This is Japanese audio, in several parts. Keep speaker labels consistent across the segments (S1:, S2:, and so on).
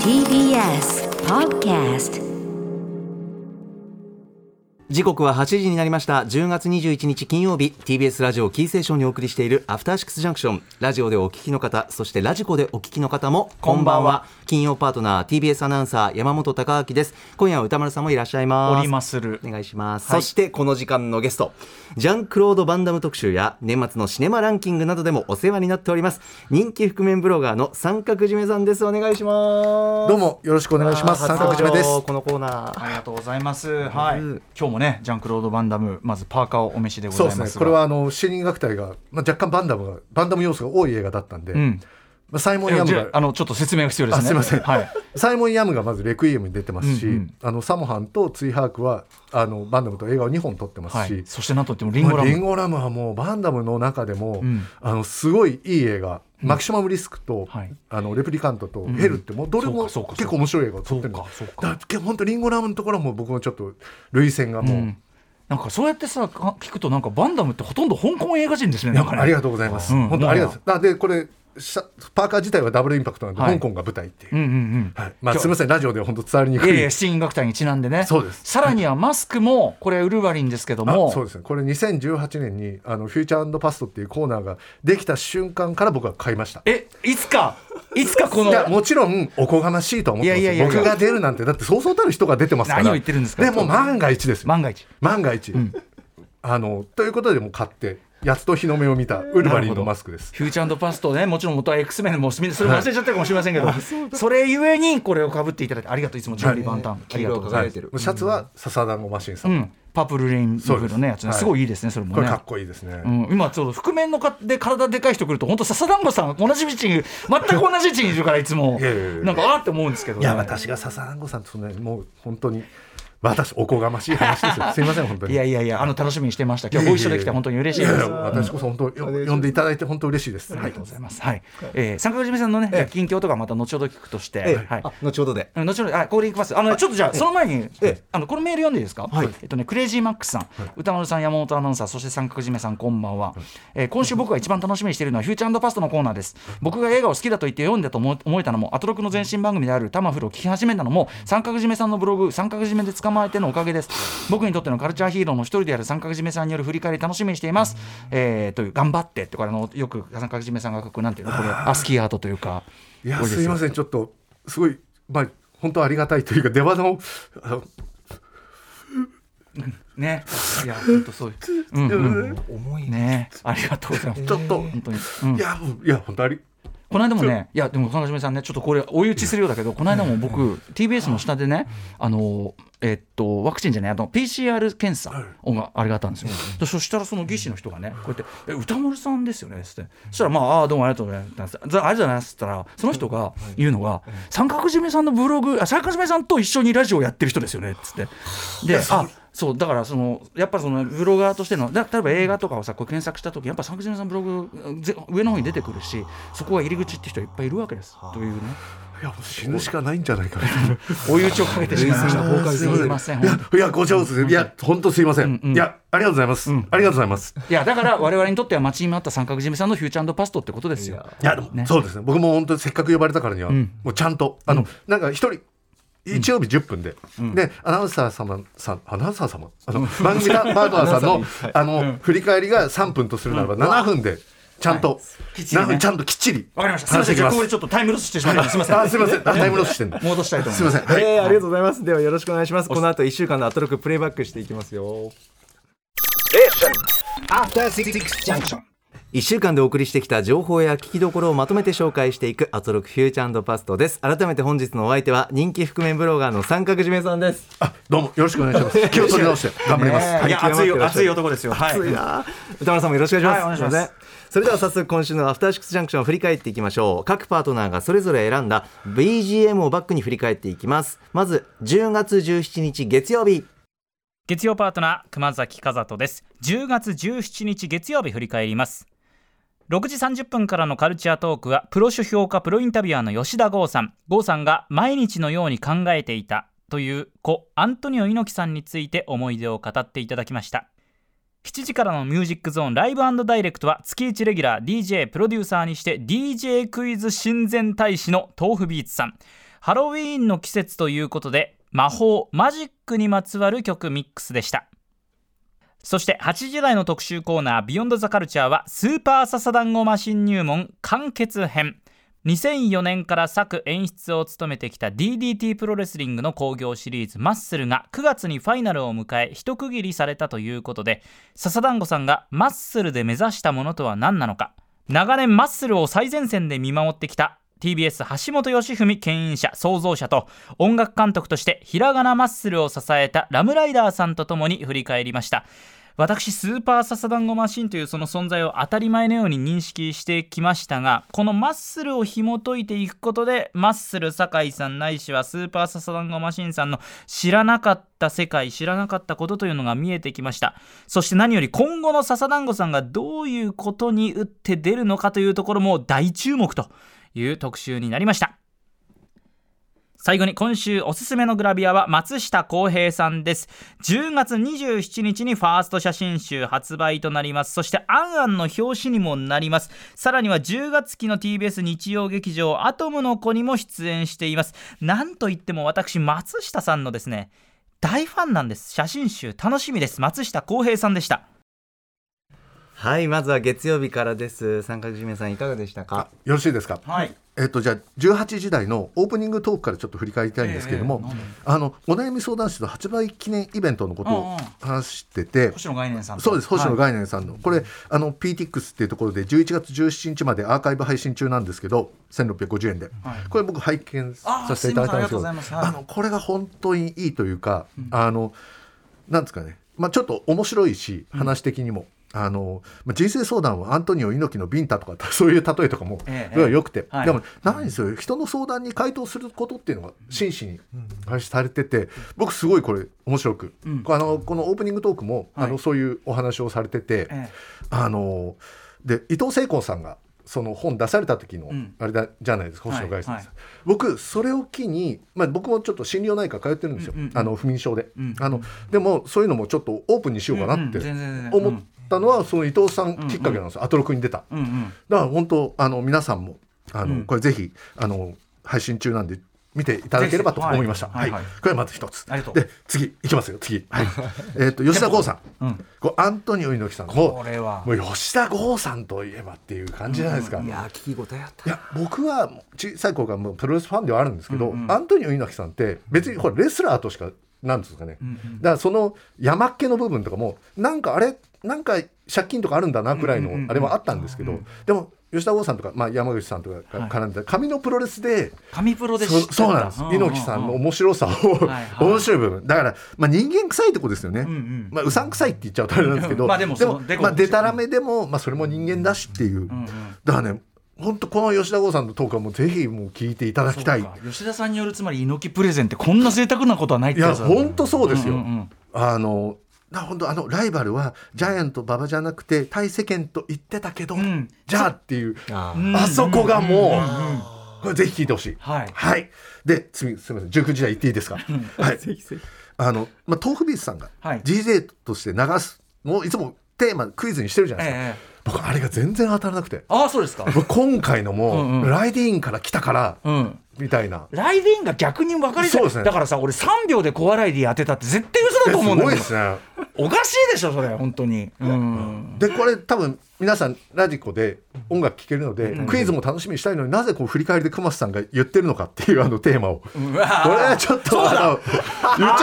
S1: TBS Podcast
S2: 時刻は8時になりました10月21日金曜日 TBS ラジオキーセーションにお送りしているアフターシックスジャンクションラジオでお聞きの方そしてラジコでお聞きの方もこんばんは
S3: こんばんは
S2: 金曜パートナー TBS アナウンサー山本貴明です今夜は歌丸さんもいらっしゃいます
S3: おりまする
S2: お願いします、
S3: はい
S2: そしてこの時間のゲストジャンクロード・バンダム特集や年末のシネマランキングなどでもお世話になっております人気覆面ブロガーの三角締めさんですお願いします
S4: どうもよろしくお願いします。
S2: あー
S4: 三角締めで
S2: 初
S4: す。
S2: 登場このコーナー
S3: ありがとうございます。はい。
S2: うん
S3: 今日もね、ジャンクロード・バンダム、まずパーカーをお召しでござ
S4: そ
S3: いうま
S4: ですす
S3: が。
S4: ね。これはあの主任学隊がまあ若干バンダムがバンダム要素が多い映画だったんで、
S3: うん。
S4: まあサイモン
S3: いや
S4: ヤム
S3: じゃああ
S4: が
S3: の、ちょっと説明が必要ですね。
S4: あすいません
S3: はい。
S4: サイモンヤムがまずレクイエムに出てますし、
S3: うんうん
S4: あのサモハンとツイハークはあのバンダムと映画を2本撮ってま
S3: は
S4: すし、
S3: い。そしてなんといってもリン
S4: ま
S3: ゴ
S4: あ
S3: ラ
S4: リン
S3: ム。
S4: ゴラムはもうバンダムの中でも、
S3: うん
S4: あのすごいいい映画、マキシマムリスクと、
S3: はい
S4: あのレプリカントと
S3: ん
S4: ヘルってもうどれも
S3: そうかそうか
S4: 結構面白い映画を撮ってるの
S3: そうかそうか
S4: だって本当リンゴラムのところはもう僕もちょっと涙腺が
S3: う
S4: もう、
S3: ん。なんかそうやってさ、か聞くとなんかバンダムってほとんど香港映画人ですね。なんかね。
S4: ありがとうございます。
S3: うん
S4: 本当ありがとうございます。なでこれしゃパーカー自体はダブルインパクトなんで、
S3: はい
S4: 香港が舞台っていう。
S3: うんうんうん。
S4: はい。まあすみませんラジオでは本当伝わりにくい。
S3: ええ、シーン学隊にちなんでね。
S4: そうです
S3: さらにはマスクも、これウルヴァリンですけど
S4: あ
S3: も。
S4: そうですね。これ2018年にあのフューチャーパストっていうコーナーができた瞬間から僕は買いました。
S3: え、いつか、いつかこ
S4: い
S3: の。
S4: やもちろんおこがましいとは思ってます
S3: い
S4: よ
S3: やいやいやいや
S4: 僕が出るなんてだってそうそうたる人が出てますから
S3: 何を言ってるんですか
S4: でも万が一ですよ
S3: 万が一。
S4: 万が一、あのということでもう買ってやつと日の目を見たウルヴァリンのマスクです
S3: フューチャーパストね、もちろん元は X メンもそれ忘れちゃってるかもしれませんけど、それゆえにこれをかぶっていただいて、ありがとう、いつも準備万端、ありがとうござ
S2: 輝
S3: いま
S2: いてる
S4: シャツは笹団子マシンさ
S3: す。
S4: ん
S3: う
S4: の、
S3: ん、パープルレインブルーのねやつ
S4: そう
S3: ね、
S4: です
S3: すごいいいですね、それも
S4: これ
S3: ね
S4: か。っこいいですね、
S3: うん、今ちょうど覆面のかで体でかい人来ると本当笹団子さん同じ位置に全く同じ位置にいるからいつも
S4: いやいやいや
S3: なんかあーって思うんですけど、
S4: い
S3: ね、
S4: や、私が笹団子さんとそんなにもう本当に、私、おこがましい話で すよ。すいません、本当に。
S3: いやいやいやあの楽しみにしてました今日ご一緒できて本当に嬉しいです
S4: いやいや私こそ本当、よ呼んでいただいて本当嬉しいです。
S3: ありがとうございます、はいえー、三角締めさんのね、近況とかまた後ほど聞くとして、
S2: ええ
S3: はい
S2: あ、後ほどで
S3: うん後ほどあ、これいきます。あの、ちょっとじゃあ、その前に
S2: ええ、
S3: あの、このメール読んでいいですか。
S2: はい
S3: えっとね、クレイジーマックスさん、歌丸さん、山本アナウンサー、そして三角締めさん、こんばんは。えー今週僕が一番楽しみにしているのは、フューチャーパストのコーナーです。僕が映画を好きだと言って読んだと思思えたのも、アトロクの前身番組であるタマフルを聞き始めたのも、三角締めさんのブログ、三角締めで捕まえてのおかげです。僕にとってのカルチャーヒーローの一人である三角締めさんによる振り返り楽しみにしています。えーという、頑張ってって、これあの、よく三角締めさんが書く、なんていうの、これ、アスキーアートというか。
S4: いや、すいません、ちょっと、すごい、まあ、本当ありがたいというか、出花を、あの
S3: ね。いや、本当そういう。うんうん
S2: 重い
S3: ねありがとうございます。
S4: ちょっと、
S3: 本当に、うん
S4: いや、もういや、本当あり、
S3: この間もね、いや、でも、かなじめさんね、ちょっとこれ、追い打ちするようだけど、この間も僕、TBS の下でね、あの、えっと、ワクチンじゃない、あの、PCR 検査があれがあったんですよ。でそしたら、その技師の人がね、こうやって、え、歌丸さんですよね、つって。そしたら、まあ、ああ、どうもありがとうございます。ざありがとうございます。つったら、その人が言うのが、三角締めさんのブログ、あ三角締めさんと一緒にラジオやってる人ですよね、つって。で、あ、そうだからそのやっぱそのブロガーとしてのだ例えば映画とかをさこう検索した時やっぱ三口さんブログぜ上の方に出てくるしそこが入り口って人はいっぱいいるわけですというね
S4: いや、もう死ぬしかないんじゃないかな。
S3: 追い打ちをかけてしまいました
S2: 冷静な
S3: 崩壊すいません
S4: いや、いやご上手です。いや、本当すいません。
S3: うんうん
S4: いや、ありがとうございます。ありがとうございます。
S3: いやだから我々にとっては待ちに待った三角締めさんのフューチャーパストってことですよ
S4: いやでも、
S3: ね
S4: そうですね僕も本当にせっかく呼ばれたからには、
S3: ん
S4: もうちゃんとあの、なんか一人日曜日10分で、でアナウンサー様さんアナウンサー様あの番 組パートナーさんのあの振り返りが3分とするならば7分でちゃんと
S3: きっちりね
S4: 7分ちゃんときっちり
S3: わかりましたすいませんじゃあここでちょっとタイムロスしてしまいましたすいません
S4: あすいませんあタイムロスしてんだ
S3: 戻したいと思います
S4: すいませんはい
S2: えーありがとうございます。ではよろしくお願いします。この後1週間のアトロクプレイバックしていきますよ。
S5: After Six Junction.
S2: 1週間でお送りしてきた情報や聞きどころをまとめて紹介していくアトロクフューチャーパストです。改めて本日のお相手は人気覆面ブロガーの三角締めさんです。
S4: あどうもよろしくお願いし ます気を取り直して頑張ります、
S2: ねえ
S3: いや
S2: はい
S3: 熱い熱い男ですよはい
S2: 暑いな歌丸さんもよろしくお願いします,、
S3: はいお願いします
S2: それでは早速今週のアフターシックスジャンクションを振り返っていきましょう各パートナーがそれぞれ選んだ BGM をバックに振り返っていきますまず10月17日月曜日
S6: 月曜パートナー熊崎和人です10月17日月曜日振り返ります6時30分からのカルチャートークはプロ書評家プロインタビュアーの吉田剛さん剛さんが毎日のように考えていたという子アントニオ猪木さんについて思い出を語っていただきました7時からのミュージックゾーンライブダイレクトは月1レギュラー DJ プロデューサーにして DJ クイズ親善大使の豆腐ビーツさんハロウィーンの季節ということで魔法マジックにまつわる曲ミックスでしたそして8時台の特集コーナー「ビヨンドザカルチャーはスーパーササダンゴマシン入門完結編2004年から作演出を務めてきた DDT プロレスリングの興行シリーズ「マッスル」が9月にファイナルを迎え一区切りされたということで笹団子さんがマッスルで目指したものとは何なのか長年マッスルを最前線で見守ってきた TBS 橋本良文牽引者創造者と音楽監督としてひらがなマッスルを支えたラムライダーさんとともに振り返りました私スーパーササダンゴマシンというその存在を当たり前のように認識してきましたがこのマッスルを紐解いていくことでマッスル酒井さんないしはスーパーササダンゴマシンさんの知らなかった世界知らなかったことというのが見えてきましたそして何より今後の笹団子さんがどういうことに打って出るのかというところも大注目という特集になりました最後に今週おすすめのグラビアは松下洸平さんです10月27日にファースト写真集発売となりますそして「アンアンの表紙にもなりますさらには10月期の TBS 日曜劇場「アトムの子」にも出演していますなんといっても私松下さんのですね大ファンなんです写真集楽しみです松下洸平さんでした
S2: はいまずは月曜日からです三角締めさんいかがでしたか
S4: よろしいですか。
S3: はい
S4: えっとじゃあ18時台のオープニングトークからちょっと振り返りたいんですけれども、あのお悩み相談室の発売記念イベントのこと
S3: うんう
S4: を
S3: ん
S4: 話してて、
S3: 星野概念さんと
S4: そうです星野
S3: はい
S4: 概念さんの、これあの PTX っていうところで11月17日までアーカイブ配信中なんですけど1650円で、これ僕拝見させていただいたんですけ
S3: あーすいませんありがとうご
S4: ど
S3: ざ
S4: あ
S3: いますはい
S4: のこれが本当にいいというか、あのなんですかね、まあ、ちょっと面白いし話的にも。あのまあ人生相談はアントニオ猪木のビンタとか そういう例えとかも
S3: ええ
S4: よくて、
S3: はい
S4: でも何にせよ人の相談に回答することっていうのが真摯に開始されてて僕すごいこれ面白く、あのこのオープニングトークも、あ
S3: はい
S4: のそういうお話をされてて、
S3: ええ
S4: あので伊藤聖子さんがその本出された時の、
S3: ん
S4: あれだじゃないですか星野凱旋さん、
S3: はいはい
S4: 僕それを機に、まあ、僕もちょっと心療内科通ってるんですよ、
S3: うんうんうん
S4: あの不眠症で、
S3: ん
S4: あのでもそういうのもちょっとオープンにしようかなっ
S3: うんうん全然全
S4: て
S3: 然
S4: 思ったのは、その伊藤さんきっかけなんですよ、アトロクに出た。
S3: うんうん
S4: だから本当あの皆さんもあの、
S3: うん
S4: これぜひあの配信中なんで見ていただければと思いました。
S3: ぜひは
S4: はいい、
S3: はい
S4: これまず一つ
S3: ありがとう。
S4: で次いきますよ次。はい、えっと吉田剛さん、
S3: うん
S4: こうアントニオ猪木さんも
S3: これは
S4: もう吉田剛さんといえばっていう感じじゃないですか。いや
S2: や聞き応えあっ
S4: いや僕は小さい頃からもうプロレスファンではあるんですけど、
S3: うんうん
S4: アントニオ猪木さんって別にこれレスラーとしかなんですかね、
S3: うんうん
S4: だからその山っ気の部分とかもなんかあれなんか借金とかあるんだなくらい
S3: うんうんうん
S4: のあれはあったんですけど、でも吉田剛さんとか、まあ、山口さんとかが絡んで、紙のプロレスで
S3: 神プロで知って
S4: そ
S3: た
S4: そうなんです、猪木さんの面白さを、
S3: はいはい
S4: 面白い部分だから、まあ、人間臭いってことですよね、
S3: んうん
S4: まあ、うさんくさいって言っちゃうとあれなんですけ
S3: う
S4: ど
S3: んまあでもそのデコ
S4: まあ、でたらめでも、まあ、それも人間だしっていう、
S3: うんうん
S4: だからね本当この吉田剛さんのトークはもうぜひもう聞いていただきたい
S3: そうか吉田さんによるつまり猪木プレゼンってこんな贅沢なことはないっ
S4: い
S3: て
S4: や
S3: つだ
S4: 本当そうですよ、
S3: うんうんうん
S4: あのな本当あのライバルはジャイアント馬場じゃなくて対世間と言ってたけど、
S3: ん
S4: じゃあっていうあ,、
S2: た
S4: そこがもう、これぜひ聞いてほしい
S3: はい
S4: で次すみません19時代言っていいですか はいあの、まあ、豆腐ビーズさんが
S3: はい
S4: DJ として流すのをいつもテーマクイズにしてるじゃないですか、
S3: ええ
S4: 僕あれが全然当たらなくて
S3: ああそうですか
S4: 僕今回のも
S3: うんうん
S4: ライディーンから来たから、
S3: うん
S4: みたいな
S3: ライディーンが逆に分かりづら
S4: そうで
S3: い、
S4: すね
S3: だからさ俺3秒で小笑いで当てたって絶対嘘だ
S4: す
S3: と思うんだ
S4: ごい
S3: け
S4: で
S3: ど
S4: すね
S3: おかしいでしょそれ本当にうん
S4: でこれ多分皆さんラジコで音楽聴けるので、クイズも楽しみにしたいのになぜこう振り返りで熊瀬さんが言ってるのかっていうあのテーマを、これはちょっとあの言っちゃダメだよって僕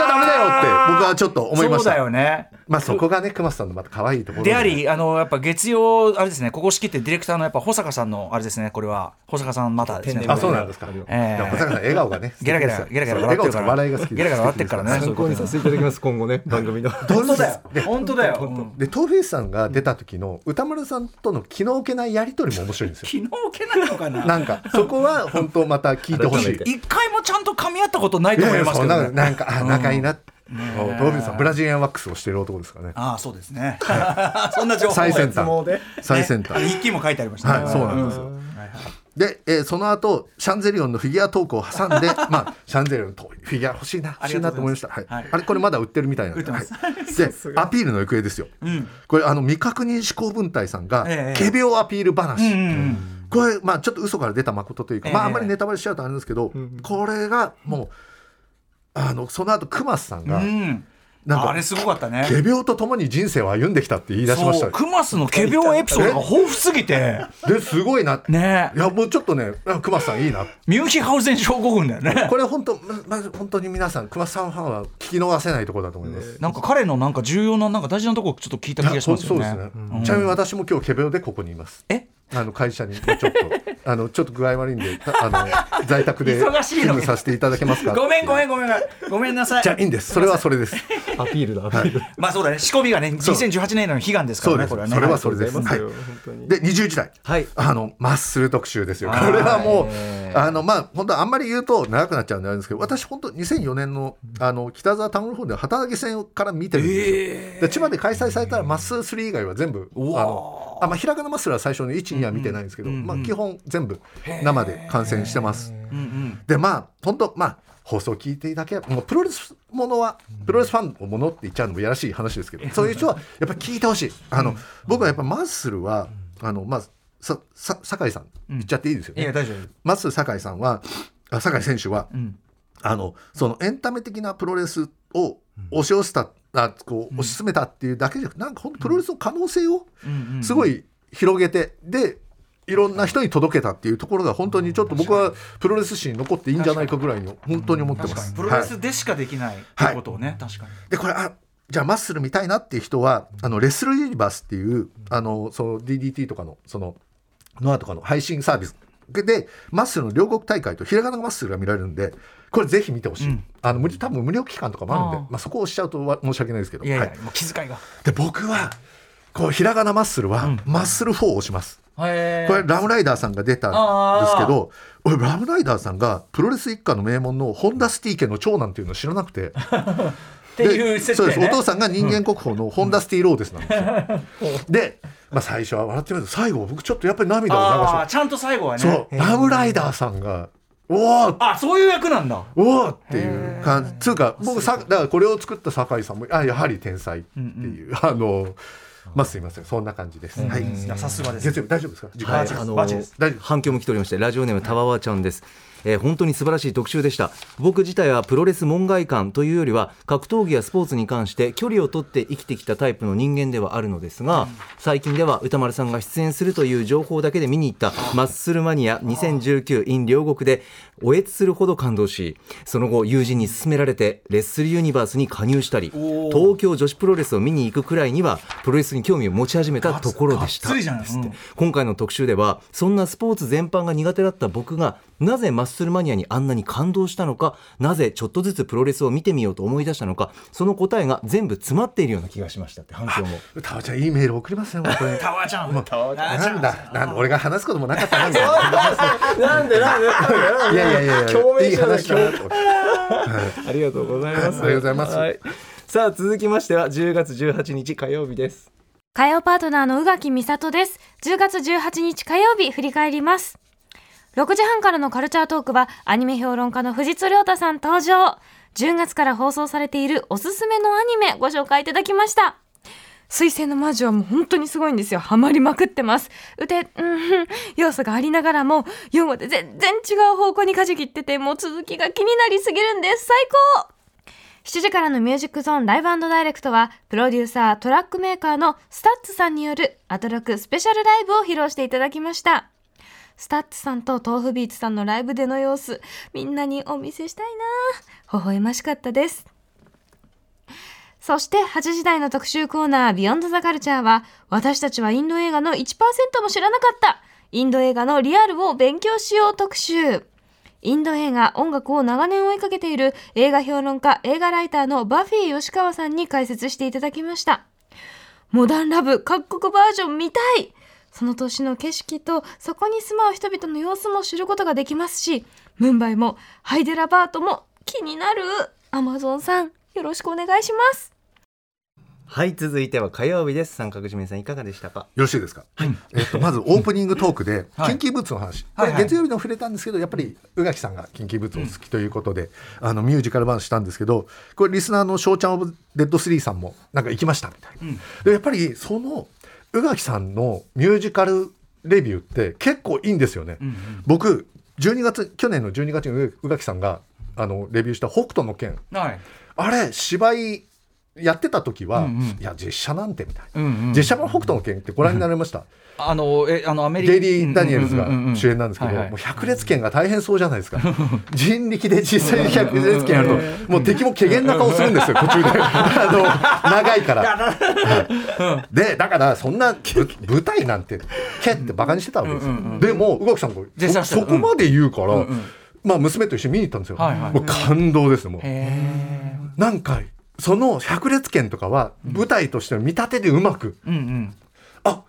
S4: はちょっと思いま
S3: そ
S4: し
S3: うだ
S4: た
S3: よね
S4: まあそこがね熊瀬さんのまた可愛いところ
S3: であり、あの、やっぱ月曜、あれですね、ここ仕切ってディレクターのやっぱ保坂さんの、あれですね、これは、保坂さんまたですね。
S4: あそうなんですか、
S3: ええ
S4: 小坂さん笑顔がね
S3: ゲラゲラ、ゲラゲラ笑ってるから。
S4: 笑顔と笑いが好きです
S3: ゲラゲラ笑ってるからね。そうい
S2: 参
S3: う
S2: 考
S3: こと
S2: にさせていただきます今後ね番組の
S3: 本当だよ。本当だよ。うん
S4: で東平さんが出た時の歌丸さんとの気の置けないやり取りも面白いんですよ
S3: 昨日受けないのか な
S4: なんかそこは本当また聞いてほしい
S3: 一回もちゃんと噛み合ったことない
S4: い
S3: と思
S4: やい
S3: い
S4: や
S3: ますけ
S4: そんな
S3: ど
S4: の
S3: ね。
S4: なんかあ仲いいな東平さんブラジリアンワックスをしてる男ですからね
S3: ああ、そうですね。 そんな情報も
S4: 最先端
S2: 相撲で
S4: 最先端
S3: ね一気も書いてありました
S4: は
S3: ね。
S4: いそうなんですよ
S3: はいはい
S4: で、えーその後シャンゼリオンのフィギュアトークを挟んで まあシャンゼリオンのフィギュア欲しいな欲しいなと思いましたはい
S3: はい
S4: あれこれまだ売ってるみたいなんで
S3: 売ってます
S4: はい でアピールの行方ですよ、これあの未確認思考文体さんが
S3: ええ
S4: 仮病アピール話、
S3: うんうん
S4: これまあちょっと嘘から出た誠というか、
S3: ええ
S4: まああんまりネタバレしちゃうとあれなんですけど、これがもうあのその後熊さん
S3: う
S4: が、
S3: ん
S4: なん
S3: あれ
S4: か
S3: すごかったね
S4: 仮病とともに人生を歩んできたって言い出しまし
S3: そう
S4: た
S3: クマスの仮病エピソードが豊富すぎて
S4: ですごいな
S3: ね
S4: いやもうちょっとねあ熊さんいいな
S3: ミュンヒハウゼン症候群だよね
S4: これ本当ままず本当に皆さん熊さんファンは聞き逃せないところだと思います、
S3: なんか彼のなんか重要ななんか大事なとこちょっと聞いた
S4: いや
S3: 気がし
S4: ほん
S3: ます
S4: そう
S3: よ
S4: で
S3: ね
S4: すね、ちなみに私も今日仮病でここにいます
S3: え
S4: あの会社にちょっ とあのちょっと具合悪いんでたあの在宅で
S3: 忙しいの
S4: 勤務させていただけますか
S3: ごめんごめ
S4: ん
S3: んごめんごめんごめんなさい
S4: じゃあいいんですそれはそれです
S7: アピールだ、アピール。
S3: まあそうだね仕込みがね
S4: そう
S3: 2018年の悲願ですか
S4: そう
S3: ら
S4: で
S3: ね
S4: す
S3: これはね
S4: それはそれです、
S7: あ
S4: は
S7: り
S4: い
S7: がとうございますよ本当に
S4: で20時代
S2: はい
S4: あのマッスル特集ですよ。こ
S3: はい
S4: れはもうあのまあ本当あんまり言うと長くなっちゃうんであれですけど、私本当2004年のあの北沢タウンホールで働き戦から見てるんですよ。で千葉で開催されたらマッスル3以外は全部あ
S3: わー
S4: のあまあひらがなマッスルは最初の1、2は見てないんですけど、まあ基本全部生で観戦してます。
S3: うんうん
S4: でまあ本当まあ放送聞いていただければもうプロレスものはプロレスファンのものって言っちゃうのもいやらしい話ですけどそういう人はやっぱり聞いてほしいあの、僕はやっぱマッスルはあのまあささ酒井さん言っちゃっていいですよ
S3: い
S4: ね、
S3: や大丈夫
S4: マッスル酒井さんはあ酒井選手は、
S3: ん
S4: あのそのエンタメ的なプロレスを押し寄せた、あこう推し進めたっていうだけじゃなくなんか本当プロレスの可能性をすごい広げてでいろんな人に届けたっていうところが本当にちょっと僕はプロレス史に残っていいんじゃないかぐらいに本当に思ってま
S3: 確か
S4: す。
S3: にプロレ
S4: は
S3: スでしかできない
S4: はい
S3: ことをね確かに
S4: い、でこれあじゃあマッスル見たいなっていう人はあのレスルユニバースっていうあのその DDT とかのそのノアとかの配信サービスでマッスルの両国大会とひらがなのマッスルが見られるんでこれぜひ見てほしい、あの無料多分無料期間とかもあるんで
S3: あー
S4: まあ、そこを押しちゃうとは申し訳ないですけど
S3: いやい
S4: は
S3: や
S4: い、
S3: もう気遣いが
S4: で僕はこうひらがなマッスルは、マッスル4を押します。
S3: へー
S4: これラムライダーさんが出たんですけど俺ラムライダーさんがプロレス一家の名門の本田スティー家の長 男っていうのを知らなくて
S3: っていう設
S4: そうです
S3: 定
S4: お
S3: ね
S4: 父さんが人間国宝の本田スティーローデスなんですよ、 で、まあ、最初は笑ってみるけど最後僕ちょっとやっぱり涙を流し
S3: あ
S4: ま
S3: あちゃんと最後はね
S4: したそうラムライダーさんが「おお!」
S3: あそういう役なんだ
S4: おおっていう感じつうか僕さだからこれを作った酒井さんもあやはり天才っていう、 あのまあすいませんそんな感じです、はい
S3: いやさすがです
S4: 月曜日大丈夫ですか時間
S2: は、
S4: はい
S2: あの
S3: バチです
S4: 大丈夫
S2: 反響も来ておりましてラジオネームたわわちゃんです、えー本当に素晴らしい特集でした僕自体はプロレス門外観というよりは格闘技やスポーツに関して距離を取って生きてきたタイプの人間ではあるのですが、最近では歌丸さんが出演するという情報だけで見に行ったマッスルマニア2019 in 両国でおえつするほど感動しその後友人に勧められてレッスルユニバースに加入したり東京女子プロレスを見に行くくらいにはプロレスに興味を持ち始めたところでした
S3: ついじゃないですか
S2: 今回の特集ではそんなスポーツ全般が苦手だった僕がなぜマッスルマニアにあんなに感動したのかなぜちょっとずつプロレスを見てみようと思い出したのかその答えが全部詰まっているような気がしましたって反響も
S4: タワちゃんいいメール送りますよ本 当に
S3: タワーちゃん
S4: なんだなんだ俺が話すこともなかったなみたい
S7: なんで なんでなんでなん
S4: な
S7: で
S4: いやいやいや
S7: 共
S4: い
S7: 鳴
S4: い
S7: しな
S4: 話
S7: きゃ
S4: だなと思って
S7: ありがとうございます。
S4: ありがとうございます
S7: はいさあ続きましては10月18日火曜日です。
S8: 火曜パートナーの宇垣美里です。10月18日火曜日振り返ります。6時半からのカルチャートークはアニメ評論家の藤津亮太さん登場。10月から放送されているおすすめのアニメご紹介いただきました。水星の魔女はもう本当にすごいんですよ。ハマりまくってます。で、うん、 要素がありながらも、4話で全然違う方向に舵切ってて、もう続きが気になりすぎるんです。最高7時からのミュージックゾーンライブダイレクトは、プロデューサー、トラックメーカーのスタッツさんによるアトロクスペシャルライブを披露していただきました。スタッツさんと豆腐ビーツさんのライブでの様子、みんなにお見せしたいなぁ微笑ましかったです。そして8時台の特集コーナー、ビヨンドザカルチャーは、私たちはインド映画の1%も知らなかった、インド映画のリアルを勉強しよう特集。インド映画音楽を長年追いかけている映画評論家映画ライターのバフィー吉川さんに解説していただきましたモダンラブ各国バージョン見たいその年の景色とそこに住まう人々の様子も知ることができますしムンバイもハイデラバートも気になるアマゾンさんよろしくお願いします
S2: はい続いては火曜日です三角締めさんいかがでしたか
S4: よろしいですか、えっと、まずオープニングトークで
S3: はい
S4: 近畿ブーツの話、
S3: はいはい
S4: これ月曜日の触れたんですけどやっぱり宇垣さんが近畿ブーツを好きということで、あのミュージカル版したんですけどこれリスナーの翔ちゃんオブデッドスリーさんもなんか行きましたみたいな、でやっぱりその宇垣さんのミュージカルレビューって結構いいんですよね、僕12月去年の12月に宇垣さんがあのレビューした「北斗の拳」
S3: はい
S4: あれ芝居やってた時は、
S3: うんうん
S4: いや実写なんてみたいな、
S3: うんうん
S4: 実写版北斗の拳ってご覧になられました、
S3: あのえあのアメリカ
S4: ゲイリー・ダニエルズが主演なんですけど、
S3: はいはい
S4: もう百列拳が大変そうじゃないですか人力で実際に百列拳やるともう敵も怪げな顔するんですよ途 中であの長いから、はいでだからそんなぶ舞台なんてけってバカにしてたわけですよ、でも宇垣さんも
S3: 絶賛して
S4: そ
S3: た
S4: そこまで言うから、
S3: んうん
S4: まあ、娘と一緒に見に行ったんですよ、
S3: はいはい
S4: もう感動ですねもう
S3: へー
S4: なんかその百列拳とかは舞台としての見立てでうまく、
S3: うんうん
S4: あ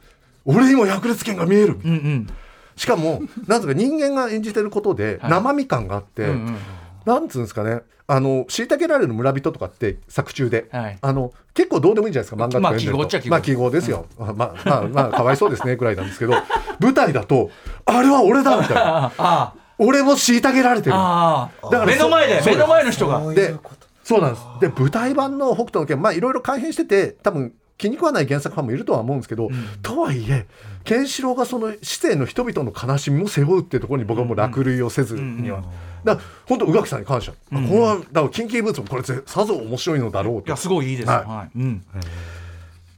S4: 俺にも百列拳が見える、
S3: うんうん
S4: しかもなんつうか人間が演じてることで
S3: はい
S4: 生身感があっ
S3: う
S4: て、
S3: んうん
S4: なんつうんですかねあの虐げられる村人とかって作中で、
S3: はい
S4: あの結構どうでもいいじゃないですか漫画とか読んでる
S3: ま
S4: と
S3: あ記号っちゃ記号
S4: まあ記号ですよ、まあまあまあかわいそうですねぐらいなんですけど舞台だとあれは俺だみたいな
S3: ああ
S4: 俺も虐げられてる
S3: ああ
S4: だから
S3: 目の前で
S4: そう
S3: 目の前の人が
S4: でそうなんですで舞台版の北斗の拳まあいろいろ改変してて多分気に食わない原作ファンもいるとは思うんですけど、とはいえケンシロウがその市政の人々の悲しみも背負うっていうところに僕はもう落類をせずには、だから本当宇垣さんに感謝、これはだから近畿ブーツもこれぜさぞ面白いのだろう
S3: い
S4: と
S3: やすごいいいですよ
S4: はい
S3: はいうん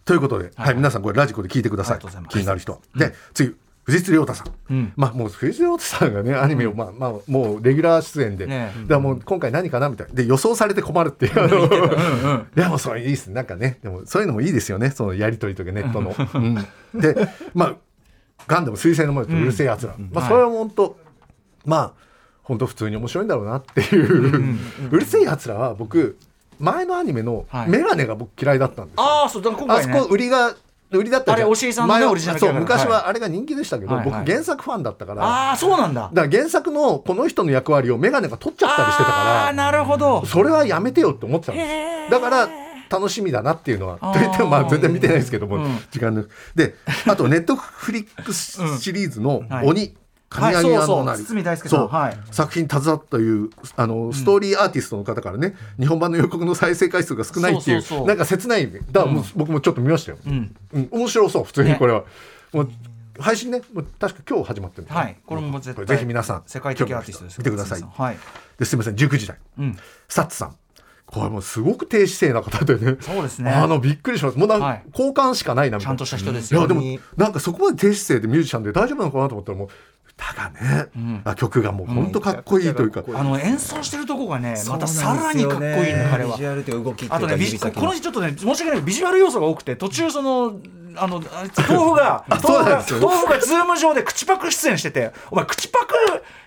S4: ということで、はい
S3: はい
S4: 皆さんこれラジコで聞いてください
S3: ありがとうございます
S4: 気になる人は、で次藤津亮太さん、
S3: うん
S4: まあもう藤津亮太さんがねアニメを、まあまあもうレギュラー出演で、
S3: ねえ
S4: だからもう今回何かなみたいなで予想されて困るっていうあのいやもうそれいいですねなんかねでもそういうのもいいですよねそのやり取りとかネットの、うんでまあガンダム水星の魔女とうるせえやつら、まあそれは本当、まあ本当普通に面白いんだろうなっていう、うるせえやつらは僕前のアニメの
S3: はい
S4: メガネが僕嫌いだったんですよ
S3: ああそうだから今
S4: あ
S3: 回
S4: そ
S3: ね
S4: こ売りが売りだったじゃん
S3: あれ押井さんのね
S4: 前は
S3: オリジナルキャ
S4: そう
S3: ラ
S4: 昔
S3: は
S4: はあれが人気でしたけど、
S3: はいはい
S4: 僕原作ファンだったから、
S3: ああそうなんだ
S4: だから原作のこの人の役割をメガネが取っちゃったりしてた
S3: ああ
S4: か
S3: なるほど
S4: らそれはやめてよって思ってたんですだから楽しみだなっていうのはと言っても まあ全然見てないですけども、
S3: うん
S4: 時間のであとネットフリックスシリーズの
S3: は
S4: 「
S3: い
S4: 鬼」神谷屋のな
S3: はいそうそう堤大輔さん
S4: そう
S3: はい
S4: 作品に携わったというあのストーリーアーティストの方からね、日本版の予告の再生回数が少ないっていう
S3: そうそうそう
S4: なんか切ないだからもう僕もちょっと見ましたよ、
S3: うん
S4: うん、面白そう普通にこれは、もう配信ねもう確か今日始まってるんで
S3: はいこれも絶対
S4: ぜひ皆さん
S3: 世界的アーティストですよ
S4: 見てください
S3: 堤さんはい
S4: ですみません19時台、
S3: うん
S4: サッツさんこれもうすごく低姿勢な方でね
S3: そうですね
S4: あのびっくりしますもうなんか、
S3: はい
S4: 交換しかないなみ
S3: ち
S4: た
S3: ゃ
S4: いなん
S3: とした人です
S4: いや
S3: よ
S4: でもなんかそこまで低姿勢でミュージシャンで大丈夫なのかなと思ったらもう歌がね、あ曲がもう本当かっこいいというか、
S3: あの演奏してるとこがねまたさらにかっこいいね彼
S9: ビ
S3: は
S9: ジュアルという動きってい
S3: あ
S9: う
S3: と
S9: か
S3: ね、ビ
S9: 指
S3: ジこ
S9: 先
S3: の日ちょっとね、申し訳ないけどビジュアル要素が多くて、途中その、あの、あいつ豆腐が、
S4: そう
S3: 豆腐
S4: なん
S3: が
S4: ですよ、
S3: 豆腐がズーム上で口パク出演してて、お前口パク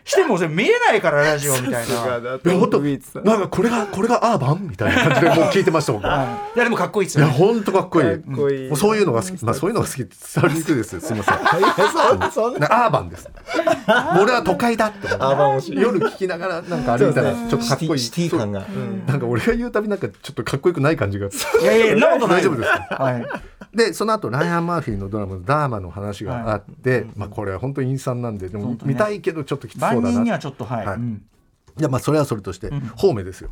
S3: しても全然見えないから、ラジオみたいな。
S4: いや本当なんかこれがこれがアーバンみたいな感じでもう聞いてました僕は。
S3: いや、でもかっこいいです
S4: い
S3: よ
S4: や
S3: ね。
S4: 本当かっこいい。
S9: っこいい
S4: もうそういうのが好き。まあそういうのが好きって伝わりにくいですよ。すみません。アーバンです。俺は都会だって思う。夜聞きながらなんか歩いたらちょっとかっこいい。
S9: シティシティ感が
S4: そうなんか俺が言うたびなんかちょっとかっこよくない感じが。
S3: いやいや、そんなことない。
S4: 大丈夫ですか
S3: はい。
S4: で その後ライアン・マーフィーのドラマの「ダーマ」の話があって、まあこれは本当に陰惨なんででも
S3: 当ね
S4: 見たいけどちょっときつそう
S3: 万
S4: だ
S3: 人に
S4: な
S3: はちょっと、はい。
S4: はい
S3: うん
S4: いやまあそれはそれとして、方面ですよ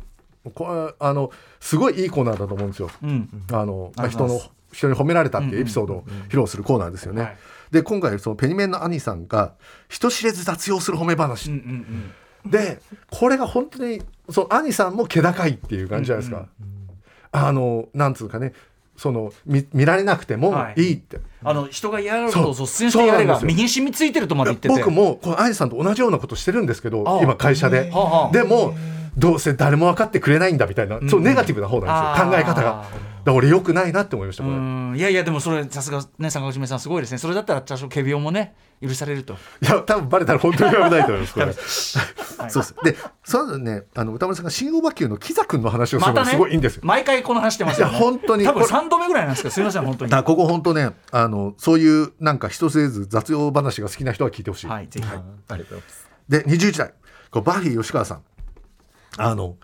S4: これはあのすごいいいコーナーだと思うんですよ、
S3: うん。
S4: あの、まあ、
S3: ありがと
S4: 人
S3: うござい
S4: の
S3: ます
S4: 人に褒められたっていうエピソードを披露するコーナーですよね。
S3: はい
S4: で今回そのペニメンの兄さんが人知れず雑用する褒め話、
S3: うんうん
S4: でこれが本当にその兄さんも気高いっていう感じじゃないですか。あのなんつうかねその見見られなくても
S3: はい
S4: いいって、
S3: うん。あの、人がやる
S4: そ
S3: と
S4: う
S3: 率先してやれ
S4: そうなんで
S3: が、
S4: すよ
S3: 身に染みついてるとまで言ってて。
S4: 僕もこの兄さんと同じようなことしてるんですけど
S3: ああ
S4: 今会社で、
S3: はあはあ
S4: でもどうせ誰も分かってくれないんだみたいな、そうネガティブな方なんですよ
S3: ああ
S4: 考え方がだから俺良くないなって思いました
S3: う
S4: これ、
S3: ん。いやいや、でもそれ、さすがね、坂口めさん、すごいですね。それだったら、多少、仮病もね、許されると。
S4: いや多分バレたら本当に危ないと思 いますこれ
S3: はい
S4: そうですでその後ねあの歌丸さんが新オバ級のキザ君の話をす
S3: ま
S4: るの
S3: た
S4: が
S3: ね、
S4: すごいいいんですよ、
S3: 毎回この話してますよ、ね。
S4: いや本当に
S3: 多分
S4: これ
S3: 3度目ぐらいなんですけど、すみません、本当に。
S4: だからここ本当ねあのそういうなんか人せず雑用話が好きな人は聞いてほしい、
S3: はい、ぜひ。
S4: で20時代こうバフィー吉川さんあの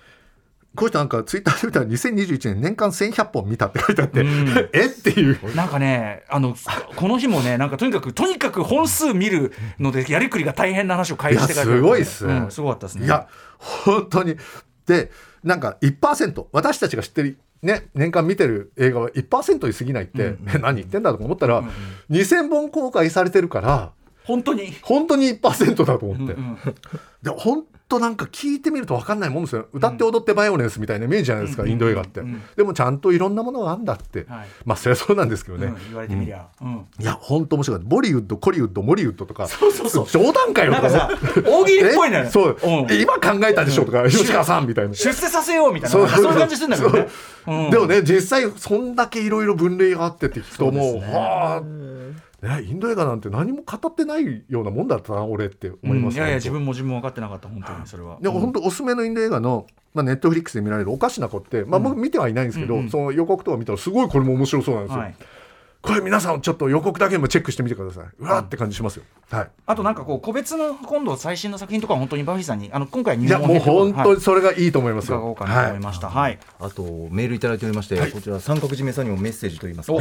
S4: この人なんかツイッターで見たら2021年年間1100本見たって書いてあって、えっていう。
S3: なんかねあのこの日もねなんかとにかくとにかく本数見るのでやりくりが大変な話を開始してから
S4: いやすごいっすね
S3: うんすごかったですね
S4: いや、本当に。で、なんか1%、私たちが知ってる、ね、年間見てる映画は1%に過ぎないって、え 何言ってんだと思ったら、2000本公開されてるから、
S3: 本当に
S4: 本当に1%だと思って。
S3: うん
S4: で、本当なんか聞いてみると分かんないもんですよ。歌って踊ってバイオレンスみたいなイメージじゃないですか、インド映画って。
S3: うん
S4: でもちゃんといろんなものがあんだって。
S3: はい
S4: まあ、そりゃそうなんですけどね。
S3: うん言われてみりゃ、うん
S4: いや、本当面白かった。ボリウッド、コリウッド、モリウッドとか。
S3: そうそうそう
S4: 冗談かよ
S3: なんかさ
S4: とか
S3: 大喜利っぽいのよ
S4: えそう、
S3: うん
S4: え今考えたでしょとか、吉川さんみたいな。
S3: 出世させようみたいななんかそういう感じするんだけどね
S4: そう
S3: うん
S4: でもね、実際、そんだけいろいろ分類があってって聞くと、もう、
S3: そうですね
S4: はあ、ね、インド映画なんて何も語ってないようなもんだったな、俺って思います
S3: い
S4: ね、
S3: やいや自分も自分も分かってなかった本当にそれは
S4: でも本当おすすめのインド映画の、まあ、ネットフリックスで見られる「おかしな子」って、まあ、僕見てはいないんですけど、
S3: うんうん
S4: その予告とか見たらすごいこれも面白そうなんですよ、
S3: はい
S4: これ皆さんちょっと予告だけでもチェックしてみてくださいうわーって感じしますよ、はい
S3: あとなんかこう個別の今度最新の作品とかは本当にバフィーさんにあの今回入
S4: いや
S3: 門
S4: もう本当
S3: はい
S4: にそれがいいと思います
S3: 伺
S4: よ、
S3: おうかなと
S4: は
S3: 思い
S4: い
S3: ましたはい
S2: あとメールいただいておりまして、こちら三角締めさんにもメッセージといいますか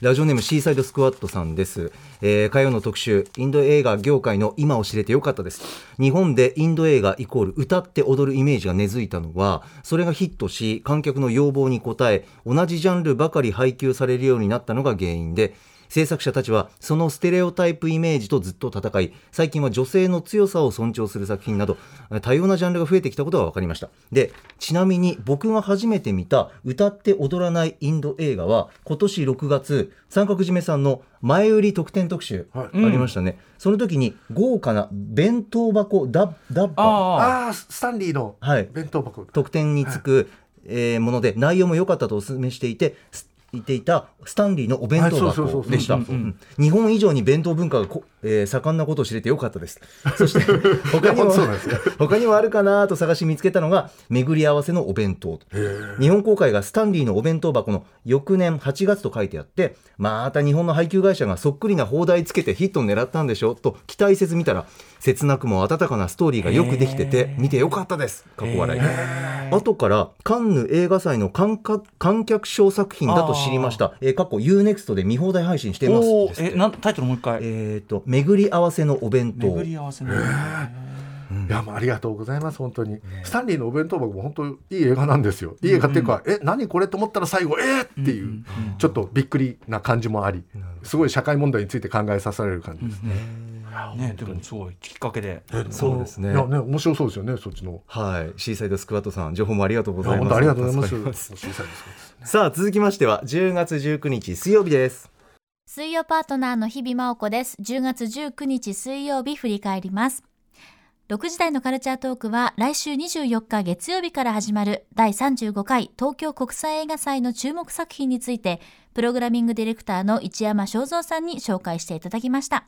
S2: ラジオネームシーサイドスクワットさんです、えー、火曜の特集インド映画業界の今を知れてよかったです日本でインド映画イコール歌って踊るイメージが根付いたのはそれがヒットし観客の要望に応え同じジャンルばかり配給されるようになったのが原因で制作者たちはそのステレオタイプイメージとずっと戦い最近は女性の強さを尊重する作品などえー多様なジャンルが増えてきたことが分かりましたでちなみに僕が初めて見た歌って踊らないインド映画は今年6月三角締めさんの前売り特典特集ありましたね、その時に豪華な弁当箱ダダッバ
S3: ああ
S4: ああスタンリーの
S2: はい
S4: 弁当箱、
S2: 特典につく、えーもので内容も良かったとお勧めしていてす言っていたスタンリーのお弁当
S4: はいそうそうそ
S2: 箱
S4: うそう
S2: でしたうん日本以上に弁当文化がこ、えー盛んなことを知れて良かった ですそして他に
S4: いや本当
S2: も
S4: そうなんですよ
S2: 他にもあるかなと探し見つけたのが巡り合わせのお弁当日本公開がスタンリーのお弁当箱の翌年8月と書いてあってまた日本の配給会社がそっくりな放題つけてヒットを狙ったんでしょと期待せず見たら切なくも温かなストーリーがよくできてて見てよかったです過去笑い後からカンヌ映画祭の観客観客賞作品だと知りました、えー、過去 UNEXT で見放題配信しています
S3: おーえなんタイトルもう一回
S2: えっ、と巡り合わせのお弁当
S3: 巡り合わせの
S4: いやもうありがとうございます本当に、スタンリーのお弁当箱も本当いい映画なんですよいい映画っていうか、え何これと思ったら最後えー、っていう、ちょっとびっくりな感じもありすごい社会問題について考えさせられる感じですね、
S3: ねでもすごいきっかけで
S2: そうですね
S4: いやね面白そうですよねそっちの
S2: はいシーサイドスクワットさん情報もありがとうご
S4: い
S2: ざ
S4: や
S2: いま
S4: 本
S2: す
S4: 当ありがとうございま
S2: 助かり
S4: す小さいです
S2: さあ続きましては10月19日水曜日です
S10: 水曜パートナーの日々真央子です。10月19日水曜日振り返ります。6時台のカルチャートークは来週24日月曜日から始まる第35回東京国際映画祭の注目作品についてプログラミングディレクターの一山正蔵さんに紹介していただきました。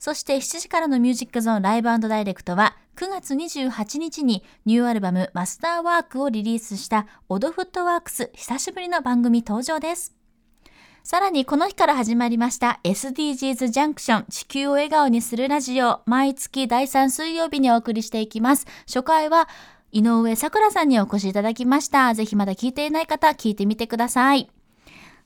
S10: そして7時からのミュージックゾーンライブダイレクトは9月28日にニューアルバムマスターワークをリリースしたオドフットワークス久しぶりの番組登場です。さらにこの日から始まりました SDGs ジャンクション地球を笑顔にするラジオ毎月第3水曜日にお送りしていきます。初回は井上さくらさんにお越しいただきました。ぜひまだ聞いていない方聞いてみてください。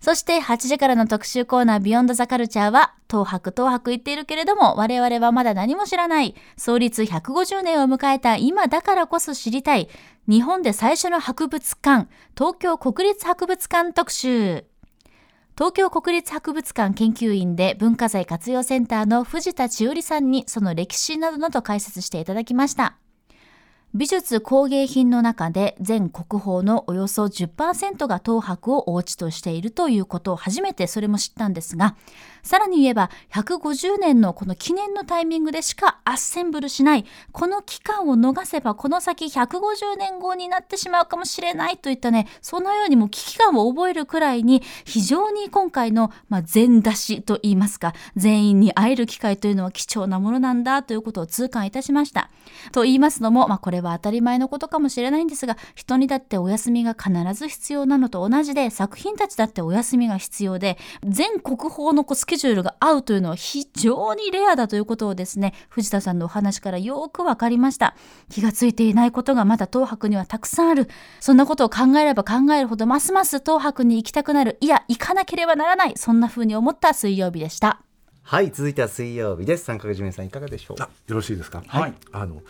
S10: そして8時からの特集コーナービヨンドザカルチャーは東博東博言っているけれども我々はまだ何も知らない創立150年を迎えた今だからこそ知りたい日本で最初の博物館東京国立博物館特集東京国立博物館研究員で文化財活用センターの藤田千織さんにその歴史などなど解説していただきました。美術工芸品の中で全国宝のおよそ10%が東博をお家としているということを初めてそれも知ったんですが、さらに言えば150年のこの記念のタイミングでしかアッセンブルしない、この期間を逃せばこの先150年後になってしまうかもしれないといったね、そのようにも危機感を覚えるくらいに非常に今回の、まあ、全出しといいますか、全員に会える機会というのは貴重なものなんだということを痛感いたしました。と言いますのも、まあ、これはれは当たり前のことかもしれないんですが、人にだってお休みが必ず必要なのと同じで、作品たちだってお休みが必要で、全国宝のこうスケジュールが合うというのは非常にレアだということをですね、藤田さんのお話からよくわかりました。気がついていないことがまだ東博にはたくさんある。そんなことを考えれば考えるほど、ますます東博に行きたくなる。いや、行かなければならない。そんな風に思った水曜日でした。
S9: はい続いては水曜日です三角締めさんいかがでしょう
S4: あよろしいですか。
S3: はい
S4: あの。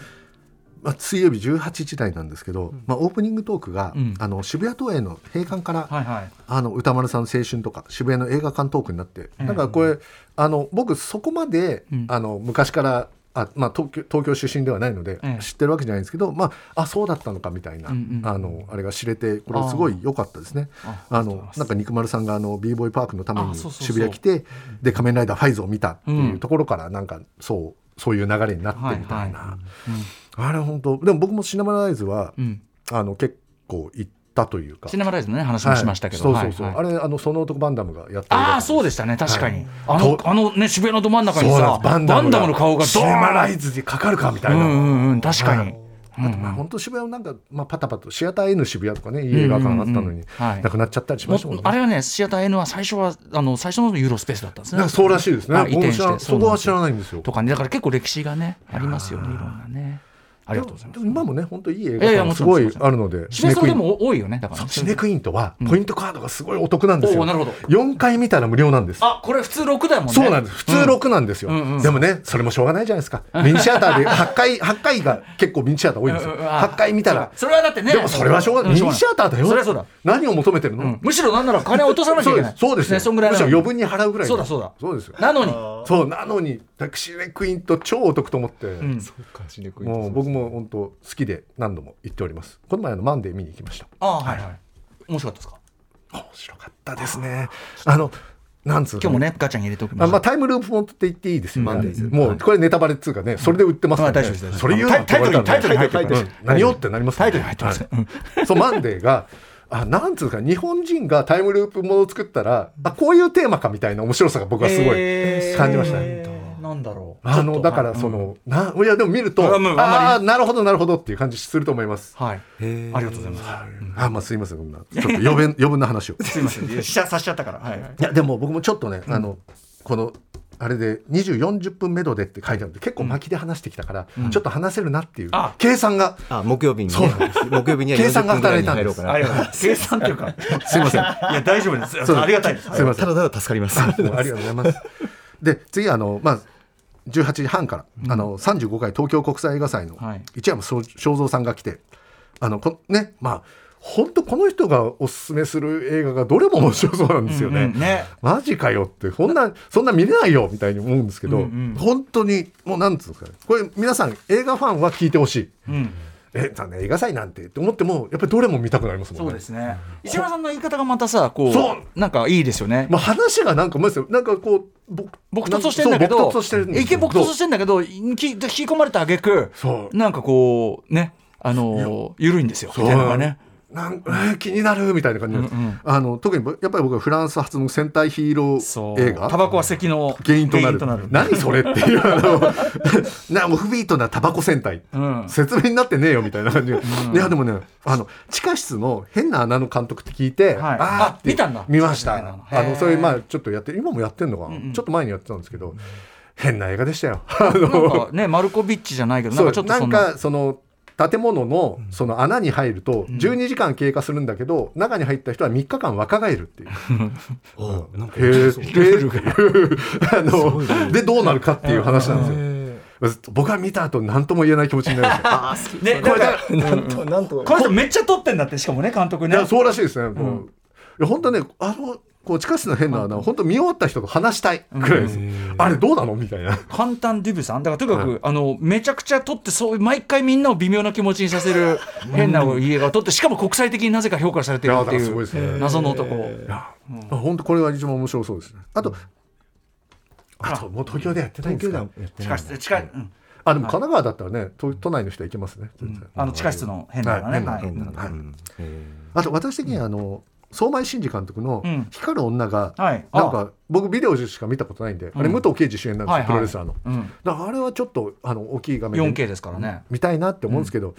S4: まあ、水曜日18時台なんですけど、まあ、オープニングトークが、
S3: ん
S4: あの渋谷東映の閉館から、
S3: はいはい
S4: あの歌丸さんの青春とか渋谷の映画館トークになって、なんかこれあの僕そこまで、
S3: うん
S4: あの昔からあ、まあ、東京東京出身ではないので、
S3: ええ
S4: 知ってるわけじゃないんですけど、まあ、あそうだったのかみたいな、
S3: うんうん
S4: あのあれが知れてこれすごい良かったですね。
S3: あ
S4: あのなんか肉丸さんがあの b ボーイパークのため
S3: あ
S4: に
S3: そうそうそう
S4: 渋谷来てで仮面ライダーファイズを見たって
S3: う
S4: い
S3: ん
S4: うところからなんかそうそういう流れになってみたいな、
S3: はいは
S4: あれ本当でも僕もシナマライズは、
S3: うん
S4: あの結構行ったというか
S3: シネマライズのね話もしましたけど、
S4: はいそうそうそう、
S3: はいはい
S4: あれあのその男バンダムがやってる
S3: ああそうで
S4: し
S3: したね確かに、
S4: はい
S3: あの
S4: と
S3: あのね渋谷のど真ん中に
S4: そうなん
S3: さ
S4: です
S3: バ
S4: バ
S3: ン
S4: ン
S3: ダ
S4: ダ
S3: ム
S4: ム
S3: の
S4: が
S3: 顔が
S4: シ
S3: ドーン
S4: ネマライズにかかるかみたい
S3: うん
S4: な、
S3: うんうん確かに、
S4: あとまあ本当渋谷のなんか、まあ、パタパタシアター N 渋谷とかねいい映画館があったのに、
S3: うんうんうんはい
S4: なくなっちゃったりしま
S3: も
S4: したもんね
S3: あれはねシアター N は最初はあの最初のユーロスペースだったんです
S4: なん
S3: ね
S4: かそうらしいですね
S3: あ移転して
S4: 僕も知ら
S3: そう
S4: んそ
S3: なんですよ
S4: こは知らないんですよ
S3: とかねだから結構歴史がねありますよねいろんなねありがとうございま
S4: ですも今もね本当いい
S3: い
S4: 映
S3: やい
S4: 画
S3: や
S4: 館
S3: も
S4: が
S3: ち
S4: す
S3: ろん
S4: ごいあるので
S3: シネソ
S4: ク
S3: ー
S4: イ
S3: で
S4: ーン
S3: も多いよねだから
S4: そう
S3: ね
S4: シネクイーンとはポイントカードがすごいお得なんです
S3: お
S4: よ、
S3: おなるほど
S4: 4回見たら無料なんです
S3: あこれ普通6だもんね
S4: そうなんです普通6なんですよ、
S3: うんうんうん
S4: でもねそれもしょうがないじゃないですかミニシアターで8回8回が結構ミニシアター多いんですよ8回見たら
S3: それはだってね
S4: でもそれはしょうがない、ミニシアターだよ
S3: それはそうだ、
S4: 何を求めてるの、
S3: うんむしろなんなら金を落とさなきゃい
S4: そう
S3: け
S4: で
S3: ない
S4: すそうですよ
S3: ねそんぐらい
S4: む
S3: な
S4: しろ
S3: の
S4: 余分に払うぐらい
S3: そうだそうだ
S4: そうですよ
S3: なのに
S4: そうなのにタクシーレクイーンと超お得と思って、
S3: うん
S4: もう僕も本当好きで何度も行っておりますこの前あのマンデー見に行きました
S3: ああはいはい面白かったですか
S4: 面白かったですねあのなんつうの
S3: 今日もねガチャに入れておきま
S4: あ
S3: し
S4: まあ、
S3: た
S4: タイムループ本って言っていいですよ、
S2: マンデーズ
S4: もうこれネタバレっつうかね、それで売ってますから、ね
S3: あ大丈夫です大丈夫です
S4: それ言うなって言われたらね
S3: タイトルにタイトルに入ってる
S4: うん何よってなります、ね、タイトル入ってます、そうマンデーがあなんつうか日本人がタイムループものを作ったらあこういうテーマかみたいな面白さが僕はすごい
S3: えー
S4: 感じましたね、
S3: なんだろう
S4: あのだからその、ないやでも見ると
S3: あもうあんまり
S4: ああーなるほどなるほどっていう感じすると思います、
S3: はいありがとうございま
S4: あまあすいませんこんなちょっと余分余分な話を
S3: すすいませんいやさしちゃったからはい
S4: いやでも僕もちょっとね、あのこのあれで2040分メドでって書いてあるんで結構巻きで話してきたから、ちょっと話せるなっていう
S3: あ
S4: 計算が
S2: あ木曜日に、
S4: そう
S2: ね
S4: なんです、
S2: 木曜日には
S4: 計算
S2: 40
S4: が
S2: 分ぐら
S4: 働
S2: い
S4: い
S2: に
S4: たん
S2: 入
S4: で
S2: ろう
S4: す
S2: か
S3: あ
S2: な
S3: りがとうござい ます計算というか
S4: すいません
S3: いや大丈夫です
S4: そうです
S3: ありがたいです
S4: すいません
S2: ただただ助かります
S4: ありがとうございますで次あのまあ18時半から、あの35回東京国際映画祭の
S3: はい
S4: 一山正正蔵さんが来てあのこねまあ本当この人がおすすめする映画がどれも面白そうなんですよね。
S3: うんね
S4: マジかよってそんなそんな見れないよみたいに思うんですけど、
S3: うんうん
S4: 本当にもうなんつうんですかねこれ皆さん映画ファンは聞いてほしい。
S3: うん
S4: えなんだ映画祭なんてって思ってもやっぱりどれも見たくなりますもん
S3: そ
S4: ね。
S3: うですね石原さんの言い方がまたさこ
S4: そう
S3: なんかいいですよね
S4: まあ話がなんかうまいですよなんかこう僕
S3: 僕とそしてんだけ
S4: そ
S3: ど
S4: う僕としてるんです
S3: 一見僕とそしてんだけど引き引き込まれた挙句
S4: そう
S3: なんかこうねあのー緩いんですよみたいなのがね
S4: なんえー気になるみたいな感じ
S3: う
S4: で、
S3: んうん
S4: あの特にやっぱり僕はフランス発の戦隊ヒーロ
S3: そう
S4: ー映画
S3: タバコは咳の
S4: 原因となる何それっていうあの なもう不ビートなタバコ戦隊、
S3: うん
S4: 説明になってねえよみたいな感じが、いやでもねあの地下室の変な穴の監督って聞い
S3: はい
S4: て、ー
S3: あ
S4: って
S3: 見たんだ
S4: 見まし
S3: 変な
S4: た
S3: 穴
S4: あ
S3: へえ
S4: のそれまあちょっとやって今もやってんのかな、
S3: うんうん
S4: ちょっと前にやってたんですけど、変な映画でしたよあ
S3: なん
S4: の
S3: かねマルコビッチじゃないけどなん
S4: そう
S3: かちょっと
S4: な
S3: そ
S4: ん
S3: んな
S4: かその建物のその穴に入ると12時間経過するんだけど、中に入った人は3日間若返るっていう。う ん
S2: なんか
S4: へえルー あのでどうなるかっていう話なんですよ。僕は見た後何とも言えない気持ちになるんです
S3: ね
S4: よ。あこれだ
S9: なんとなんと
S3: この人めっちゃ撮ってんだってしかもね監督
S4: いやそうらしいですね。もういや本当ねあのこう地下室の変な穴を本当見終わった人と話したいくらいですよ。あれどうなのみたいな。
S3: 簡単デュブさんだからとにかく、あのめちゃくちゃ撮ってそう毎回みんなを微妙な気持ちにさせる変な家が撮ってしかも国際的になぜか評価されてるって
S4: いやだか
S3: い
S4: らすごいですね
S3: う謎の男、
S4: あ本当これは一番面白そうですね。あとあともう東京でやってないんですか。
S3: 地下室近い、うん
S4: あでも神奈川だったらね、都都内の人は行けますね。全然
S3: あの地下室の変なのが
S4: は
S3: ね、
S4: い
S3: はい
S4: 変な
S2: うん
S4: はい
S2: うんえー
S4: あと私的にはあの、相前真司監督の
S3: うん
S4: 「光る女」が
S3: はい
S4: なんか僕ビデオしか見たことないんであれ
S3: うん
S4: 武藤敬司主演なんです
S3: はいはい
S4: よプロレスラーの。
S3: うん、
S4: だからあれはちょっとあの大きい画面
S3: 4K
S4: で
S3: ですからね。
S4: 見たいなって思うんですけど、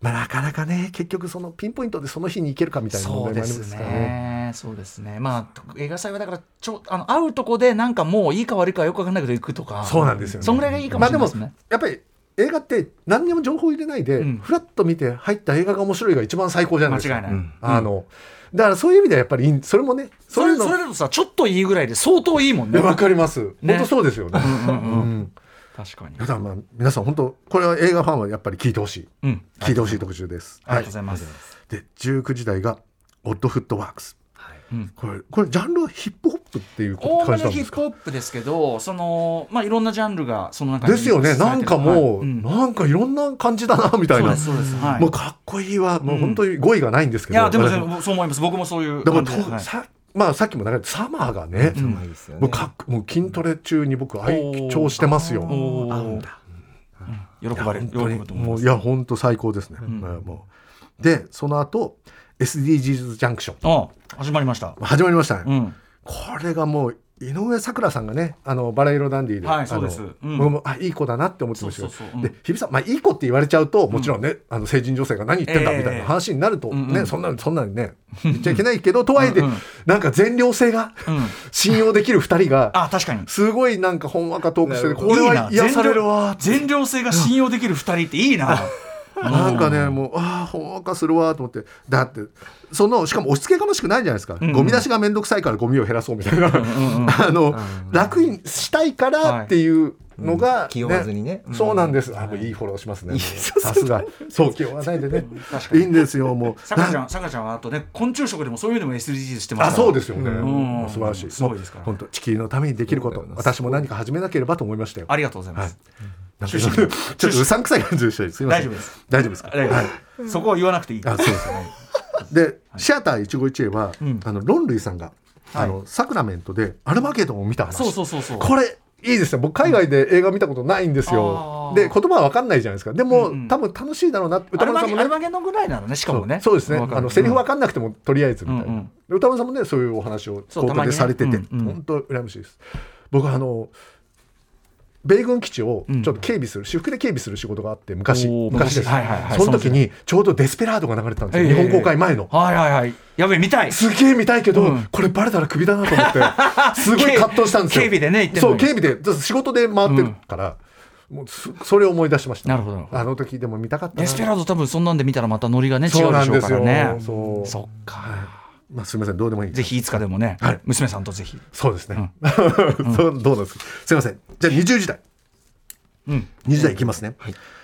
S4: まあ、なかなかね結局そのピンポイントでその日に行けるかみたいな
S3: そ
S4: 問
S3: う
S4: 題も
S3: で
S4: ありますすからね。
S3: ね。そうですね。まあ映画祭はだからちょあの会うとこでなんかもういいか悪いかよくわかんないけど行くとか。
S4: そうなんですよね
S3: そんぐらいがいいかもしれないですね。
S4: やっぱり映画って何にも情報入れないで、
S3: うん
S4: ふらっと見て入った映画が面白いが一番最高じゃないですか。
S3: 間違いないうん
S4: あのだからそういう意味ではやっぱりいいそれもね
S3: そ
S4: そうい
S3: れ
S4: うの
S3: それだとさちょっといいぐらいで相当いいもん
S4: い
S3: ね
S4: や。わかります、
S3: ね
S4: 本当そうですよね。うん
S3: 確かに。
S4: だからまあ皆さん本当これは映画ファンはやっぱり聞いてほしい
S3: うん。
S4: 聞いてほしい特集です。
S3: ありがとうございます。
S4: で19時台がオッドフットワークス、
S3: うん
S4: これこれジャンルはヒップホップっていう
S3: 大
S4: 感
S3: ま
S4: じ
S3: で
S4: なん
S3: ヒ
S4: で
S3: ッ
S4: す
S3: プ
S4: か
S3: ホップですけど、そのまあいろんなジャンルがその中に
S4: ですよねなんかもう、
S3: はいん
S4: なんかいろんな感じだなみたい
S3: そう
S4: な
S3: ですそうです。はい。
S4: もうかっこいいわもう本当に語彙がないんです
S3: い
S4: けど、
S3: やでも
S4: 私
S3: 全部そう思います。僕もそういう
S4: だか
S3: 感
S4: ら
S3: じで
S4: と
S3: はい
S4: さまあさっきも流れたサマーがね、
S2: まあいいですよね
S4: もうかっこもう筋トレ中に僕愛聴してますよ。
S3: おー
S4: 合うんだ
S3: 喜ばれる
S4: 本
S3: 喜
S4: 当に
S3: ぶと思い
S4: も
S3: ま
S4: う
S3: す
S4: い。や本当最高ですね。
S3: ん
S4: まあもうでその後 SDGs ジャンクション
S3: あ始まりました。
S4: 始まりましたね。
S3: うん。
S4: これがもう井上咲楽さんがねあのバラ色ダンディで、
S3: はい
S4: あの
S3: そうですうん
S4: 僕もあいい子だなって思ってましたけど
S3: そうそうそううん
S4: で日比さん、まあ、いい子って言われちゃうともちろんね、あの成人女性が何言ってんだ
S3: ええ
S4: みたいな話になると、
S3: うん
S4: ね
S3: うん
S4: そんなそんなにね言っちゃいけないけどとはいえで
S3: うんうん
S4: なんか全寮制が、信用できる2人が
S3: あ確かに。
S4: すごいなんかほんわかトークしててこれ
S3: いい
S4: は
S3: な
S4: 癒されるわ
S3: 全寮制が信用できる二人っていい な。
S4: なんかねもうああほんわかするわと思ってだってそのしかも押し付けがましくないじゃないですか、
S3: ん
S4: ゴミ出しが面倒くさいからゴミを減らそうみたいな、 あの、楽にしたいからっていうのが、
S2: 気負わずにねうん
S4: そうなんです、あもういいフォローしますねもうさすが そう気負わないでねいいんですよ もう
S3: さかちゃん、さかちゃんはあとね、昆虫食でもそういうのも SDGs してます
S4: あ
S3: から。
S4: そうですよね、
S3: ん
S4: もう素晴らしい
S3: すごいですから
S4: もう本当地球のためにできること私も何か始めなければと思いましたよ
S3: ありがとうございます。
S4: なんかちょっとちょっとうさんくさい感じでしたよすいま
S3: 大
S4: せん
S3: 丈夫です
S4: 大丈夫ですか
S3: ありがとうございますそこは言わなくていい。
S4: あそうですね。 で、シアター151へは、
S3: ん
S4: あのロンリーさんが、あのサクラメントでアルマゲドンを見た話。
S3: そうそうそうそう
S4: これいいですね。僕海外で映画見たことないんですよ。
S3: あー
S4: で言葉はわかんないじゃないですか。でも、
S3: うんうん
S4: 多分楽しいだろうなって
S3: ア
S4: 歌
S3: ル
S4: 丸
S3: マ
S4: さん
S3: ゲ
S4: も
S3: アル
S4: ね。
S3: マゲのぐらいなのね、しか
S4: そ
S3: も
S4: う
S3: ね。
S4: そうですね。
S3: わかる
S4: あのセリフわかんなくてもとりあえずみたいな。
S3: うんうん
S4: で歌丸さんもねそういうお話を
S3: そう
S4: 口頭でされて
S3: たま
S4: て、
S3: にねうんうん
S4: 本当羨ましいです。僕あの。米軍基地をちょっと警備する、私服で警備する仕事があって昔
S3: おー
S4: 昔です、
S3: 昔はいはいはい
S4: その時にちょうど「デスペラード」が流れてたんですよ、
S3: ええ
S4: 日本公開前の、
S3: はいはいはい。やべえ、見たい。
S4: すげえ見たいけど、
S3: うん
S4: これバレたらクビだなと 思って、すごい葛藤したんですよ。
S3: 警備でね行ってんの
S4: そう、
S3: に
S4: 警備で、だって仕事で回ってるから、もうすそれを思い出しました。
S3: なるほどなるほ
S4: あの時でも見たかったな。
S3: デスペラード多分そんなんで見たらまたノリがね、違うでし
S4: そうな
S3: ょ
S4: ん
S3: う
S4: で
S3: か
S4: すよ。
S3: らね。
S4: そう
S3: そっか。
S4: まあ、すみません、どうでもいい。
S3: ぜひいつかでもね
S4: はい、
S3: 娘さんとぜひ。
S4: そうですね。 そうどうなんですか。すみません。じゃあ20時台。
S3: うん
S4: 20時台いきますね。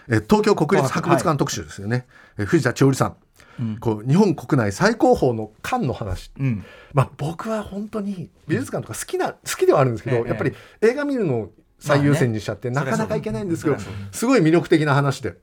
S4: えー東京国立博物館特集ですよね。えー藤田千織さん。こう日本国内最高峰の館の話、
S3: うん
S4: まあ、僕は本当に美術館とか好きな、好きではあるんですけど、
S3: ええ
S4: やっぱり映画見るのを最優先にしちゃって、
S3: まあね
S4: なかなか行けないんですけど、
S3: そりゃそう
S4: すごい魅力的な話で。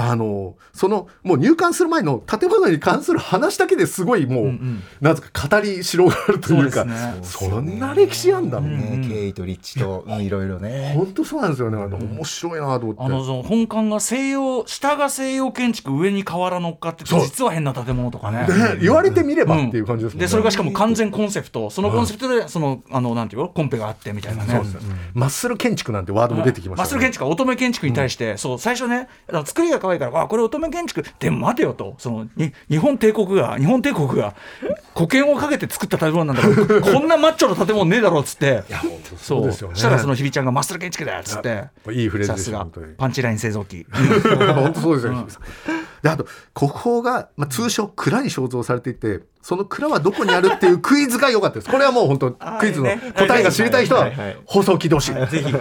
S4: あのそのもう入館する前の建物に関する話だけですごいもう、
S3: ん
S4: なんつうか語りしろがあるという
S3: そ
S4: か
S3: うですね
S4: そんな歴史あんだもん、
S2: ね経緯と立地とうんいろいろね
S4: 本当そうなんですよね。あの面白いなと思って。
S3: あのその本館が西洋下が西洋建築上に瓦乗っかってて
S4: そう
S3: 実は変な建物とかね。
S4: ね言われてみれ
S3: う
S4: ば
S3: ん
S4: っていう感じですもんね。
S3: でそれがしかも完全コンセプトそのコンセプトでそのあのなんていうのコンペがあってみたいなね。
S4: そうですよねマッスル建築なんてワードも出てきました、
S3: マ
S4: ね。
S3: ッスル建築は乙女建築に対して、そう最初ねあの作りが可愛いからあこれ乙女建築でも待てよとそのに日本帝国が日本帝国が保険をかけて作った建物なんだから こんなマッチョな建物ねえだろうっつって
S4: そうですよね
S3: したらそのひびちゃんがマッスル建築だよっつって
S4: いやいいフレーズ
S3: さ
S4: ですす
S3: が
S4: 本当に
S3: パンチライン製造 機。
S4: 本当そうですよ、日比さんであと国宝が、まあ、通称蔵に肖像されていてその蔵はどこにあるっていうクイズが良かったですこれはもう本当クイズの答えが知りたい人は放送を聞いてほしいぜひ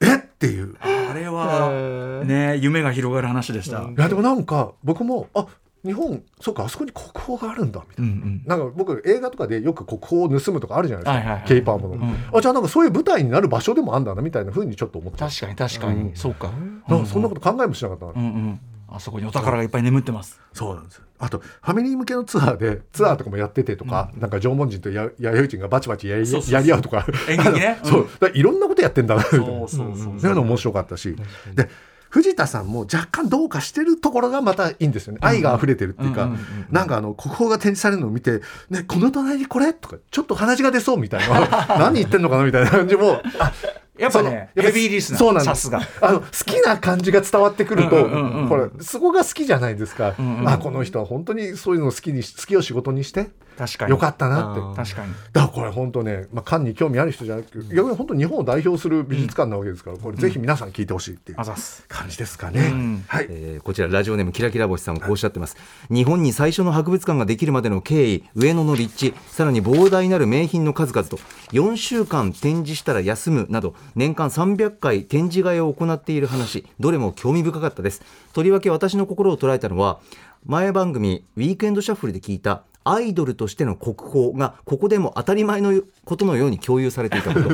S4: えっていう
S3: あれはね夢が広がる話でした。
S4: いやでもなんか僕もあ日本そうかあそこに国宝があるんだみたいな
S3: うんうん
S4: なんか僕映画とかでよく国宝を盗むとかあるじゃないです
S3: は
S4: か、
S3: いはいはい
S4: ケイパーもの、あじゃあなんかそういう舞台になる場所でもあんだなみたいなふうにちょっと思った
S3: 確かに確かに、そうか、
S4: なんかそんなこと考えもしなかったな、
S3: うんうん、あそこにお宝がいっぱい眠ってます
S4: そうなんですよあとファミリー向けのツアーでツアーとかもやっててとか、なんか縄文人とや弥生人がバチバチやり
S3: そうそうそう
S4: やり合うとか
S3: 演劇ね
S4: あのそうだからいろんなことやってんだなみたいな
S3: そうそうそう
S4: そういうの面白かったしで藤田さんも若干どうかしてるところがまたいいんですよね愛が溢れてるっていうか、なんかあの国宝が展示されるのを見て「ねこの隣にこれ?」とかちょっと鼻血が出そうみたいな 何言ってんのかなみたいな感じもあ
S3: やっぱね
S4: その
S3: ヘビーリスナー
S4: そうなんで
S3: さ
S4: す
S3: すが
S4: あの好きな感じが伝わってくると、
S3: うんうんうんうん
S4: これそこが好きじゃないですか、
S3: んうん
S4: あこの人は本当にそういうのを好きにし好きを仕事にして
S3: 確かに
S4: よかったなって
S2: あー
S3: 確かに
S4: だからこれ本当ね、まあ、缶に興味ある人じゃなくて逆に本当日本を代表する美術館なわけですからこれぜひ皆さん聞いてほしいっていう
S3: あざっす
S4: 感じですかね。
S3: ん
S4: はい
S2: えーこちらラジオネームキラキラ星さんこうおっしゃってます日本に最初の博物館ができるまでの経緯上野の立地さらに膨大なる名品の数々と4週間展示したら休むなど年間300回展示会を行っている話どれも興味深かったですとりわけ私の心を捉えたのは前番組「ウィークエンドシャッフル」で聞いたアイドルとしての国宝がここでも当たり前のことのように共有されていたこと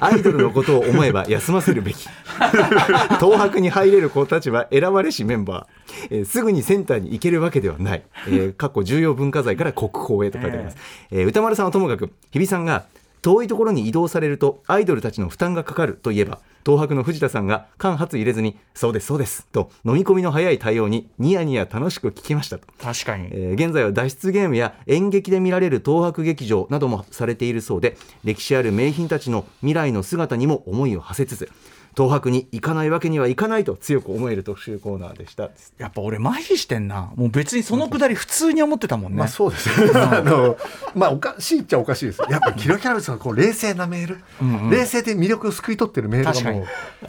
S2: アイドルのことを思えば休ませ るべき東博に入れる子たちは選ばれしメンバー、えーすぐにセンターに行けるわけではない、えー、かっこ重要文化財から国宝へと書いてあります、えー歌丸さんはともかく日比さんが遠いところに移動されるとアイドルたちの負担がかかるといえば東博の藤田さんが間髪入れずに「そうですそうです」と飲み込みの早い対応にニヤニヤ楽しく聞きましたと
S3: 確かに
S2: えー現在は脱出ゲームや演劇で見られる東博劇場などもされているそうで歴史ある名品たちの未来の姿にも思いを馳せつつ東博に行かないわけにはいかないと強く思える特集コーナーでした
S3: やっぱ俺麻痺してんなもう別にそのくだり普通に思ってたもんね、
S4: まあそうですね。 あの、まあおかしいっちゃおかしいです。やっぱキラキラルさん、こう冷静なメール、冷静で魅力をすくい取ってるメールがもう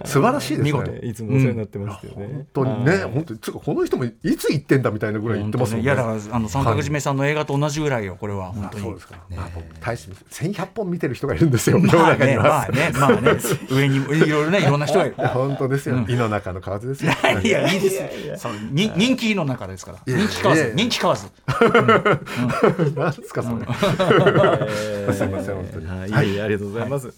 S4: 素晴らしいですね。
S2: いつもお世話になってますけどね、
S4: 本当にね、本当に、つうかこの人もいつ言ってんだみたいなぐらい言ってますもん
S3: い
S4: ね。
S3: やだからあの三角締めさんの映画と同じぐらいよこれは本
S4: あ
S3: 当に
S4: そうですか。まあ僕大して1100本見てる人がいるんですよ。世の
S3: まあ
S4: 中に
S3: ねま
S4: は
S3: あ。ねまあね上にいろいろ ねいろんな人がいる
S4: 本当ですよ。井の中の蛙ですよ。
S3: いやいいですそうに人気の中ですから
S4: いやいや
S3: 人気買わ
S4: いやい
S3: ず
S4: や
S3: 人気買わず
S4: なんですかそ れ。すいません本当に。
S2: はい、ありがとうございます、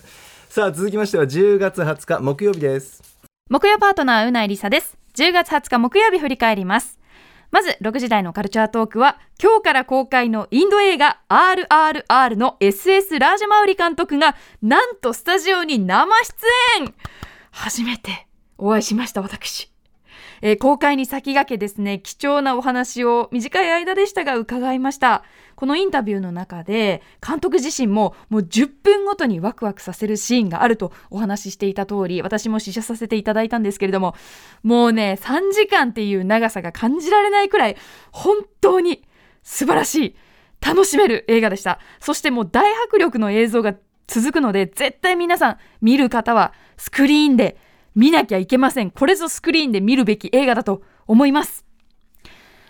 S2: さあ続きましては10月20日木曜日です
S11: 木曜パートナーうないりさです10月20日木曜日振り返りますまず6時台のカルチャートークは今日から公開のインド映画 RRR の SS ラージャマウリ監督がなんとスタジオに生出演初めてお会いしました私、えー公開に先駆けですね貴重なお話を短い間でしたが伺いましたこのインタビューの中で監督自身ももう10分ごとにワクワクさせるシーンがあるとお話ししていた通り私も試写させていただいたんですけれどももうね3時間っていう長さが感じられないくらい本当に素晴らしい楽しめる映画でしたそしてもう大迫力の映像が続くので絶対皆さん見る方はスクリーンで見なきゃいけませんこれぞスクリーンで見るべき映画だと思います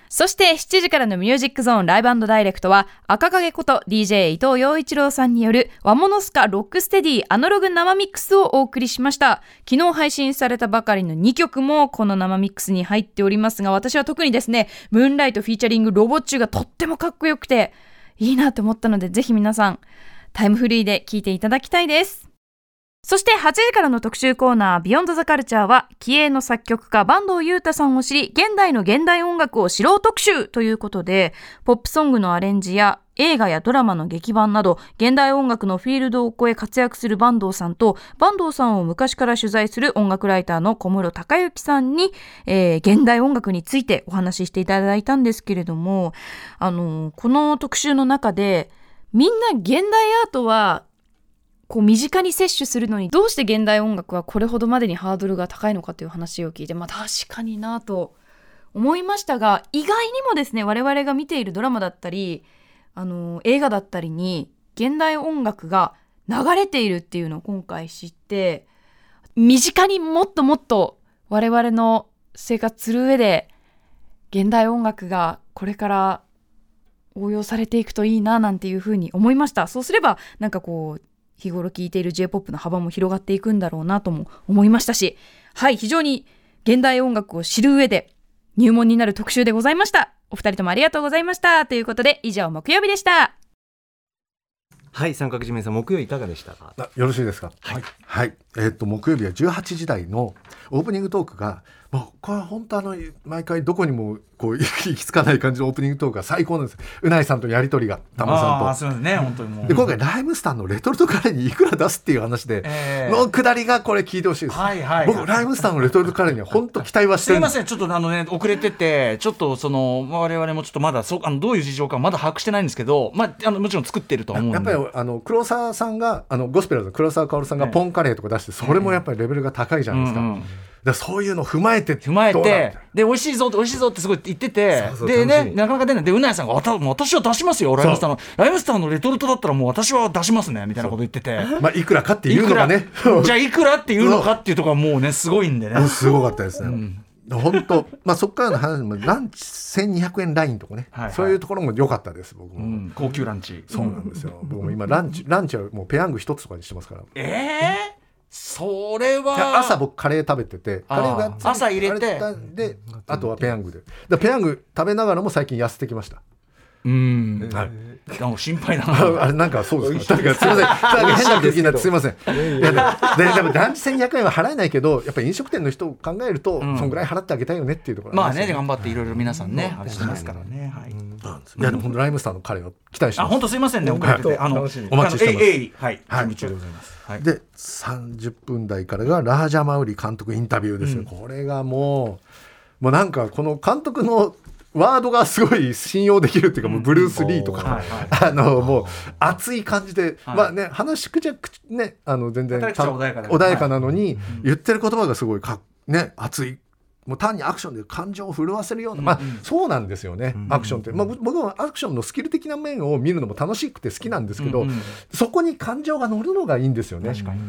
S11: そして7時からのミュージックゾーンライブダイレクトは赤影こと DJ 伊藤洋一郎さんによる和物スカロックステディアナログ生ミックスをお送りしました昨日配信されたばかりの2曲もこの生ミックスに入っておりますが私は特にですねムーンライトフィーチャリングロボッチュがとってもかっこよくていいなと思ったのでぜひ皆さんタイムフリーで聴いていただきたいですそして8時からの特集コーナー「ビヨンドザカルチャーは気鋭の作曲家坂東裕太さんを知り現代の現代音楽を知ろう特集ということでポップソングのアレンジや映画やドラマの劇版など現代音楽のフィールドを超え活躍する坂東さんと坂東さんを昔から取材する音楽ライターの小室孝之さんに、えー現代音楽についてお話ししていただいたんですけれども、あのーこの特集の中でみんな現代アートはこう身近に摂取するのにどうして現代音楽はこれほどまでにハードルが高いのかという話を聞いてまあ確かになと思いましたが意外にもですね我々が見ているドラマだったりあの映画だったりに現代音楽が流れているっていうのを今回知って身近にもっともっと我々の生活する上で現代音楽がこれから応用されていくといいななんていうふうに思いました。そうすればなんかこう日頃聴いている J-POP の幅も広がっていくんだろうなとも思いましたし、はい、非常に現代音楽を知る上で入門になる特集でございました。お二人ともありがとうございました。ということで、以上木曜日でした。
S2: はい三角締めさん木曜いかがでしたか
S4: あよろしいですか。はい。はい。えっと、木曜日は18時台のオープニングトークが、まあ、これは本当あの毎回どこにもこう 行き着かない感じのオープニングトークが最高なんですうないさんとのやり取りがタモ
S3: あ
S4: さ
S3: あ
S4: んと。
S3: すみませんね本当にもう
S4: で今回ライムスターのレトルトカレーにいくら出すっていう話で、
S3: ええ
S4: のくだりがこれ聞いてほしいです、
S3: はいはい
S4: 僕ライムスターのレトルトカレーには本当期待はして
S3: す
S4: る
S3: い
S4: んで
S3: ますせんちょっとあのね遅れててちょっとその我々もちょっとまだそうあのどういう事情かまだ把握してないんですけどまああのもちろん作ってるとは思うんで
S4: やっぱりあの黒沢さんがあのゴスペラーズの黒沢薫さんが
S3: ね
S4: ポンカレーとか出してそれもやっぱりレベルが高いじゃないですか,、
S3: うんうん
S4: だからそういうのを踏まえて
S3: 踏まえ
S4: どうなんだ
S3: てで美味しいぞって美味しいぞってすごい言ってて
S2: そう
S3: で
S2: 楽
S3: ね
S2: しみ
S3: なかなか出ないでうなやさんがわた私は出しますよライムスターのライムスターのレトルトだったらもう私は出しますねみたいなこと言ってて。
S4: まあ、いくらかっていうのがね
S3: いく らじゃあいくらっていうのかっていうところはもうねすごいんでね
S4: もうすごかったですね。本当、まあ、そこからの話もランチ1200円ラインとかね、
S3: はいはい
S4: そういうところも良かったです僕も、
S3: うん高級ランチ
S4: そうなんですよ僕も今ランチランチはもうペヤング一つとかにしてますから
S3: ええそれ
S4: いや
S3: は
S4: 朝僕カレー食べてて
S3: あ
S4: カ
S3: ー
S4: レーが
S3: 朝入れて
S4: あであとはペヤングでだからペヤング食べながらも最近痩せてきました
S3: うん
S4: はい
S3: あもう心配だ
S4: あ
S3: な
S4: あれなんかそうですか。なんかすみま せん。なんか変な空気になってすみません。いやでででもランチ1200円は払えないけど、やっぱり飲食店の人を考えると、
S3: ん
S4: そんぐらい払ってあげたいよねっていうところ
S3: まあ
S4: り
S3: ね
S4: すよ
S3: 頑張っていろいろ皆さんねあれしてますからねはい
S4: いやでも本当ライムスターの彼は期待して
S3: あ
S4: ます
S3: 本。当すいませんね遅れててあの
S4: 楽しみお待ちして
S3: あ
S4: ます
S3: のえいえいはい
S4: はい
S3: 準備中でございますはい
S4: で30分台からがラージャ・マウリ監督インタビューですよ、これがもうもうなんかこの監督のワードがすごい信用できるっていうか、もうブルース・リーとか、あのもう熱い感じで、
S3: はい
S4: まあね話くちゃくちゃねあの全然
S3: 働き口は穏やかだ
S4: 穏やかなのに、言ってる言葉がすごいかっね熱い。もう単にアクションで感情を震わせるような、まあ、そうなんですよね、アクションって、まあ、僕僕はアクションのスキル的な面を見るのも楽しくて好きなんですけど、
S3: うんうん
S4: そこに感情が乗るのがいいんですよね。
S3: 確かに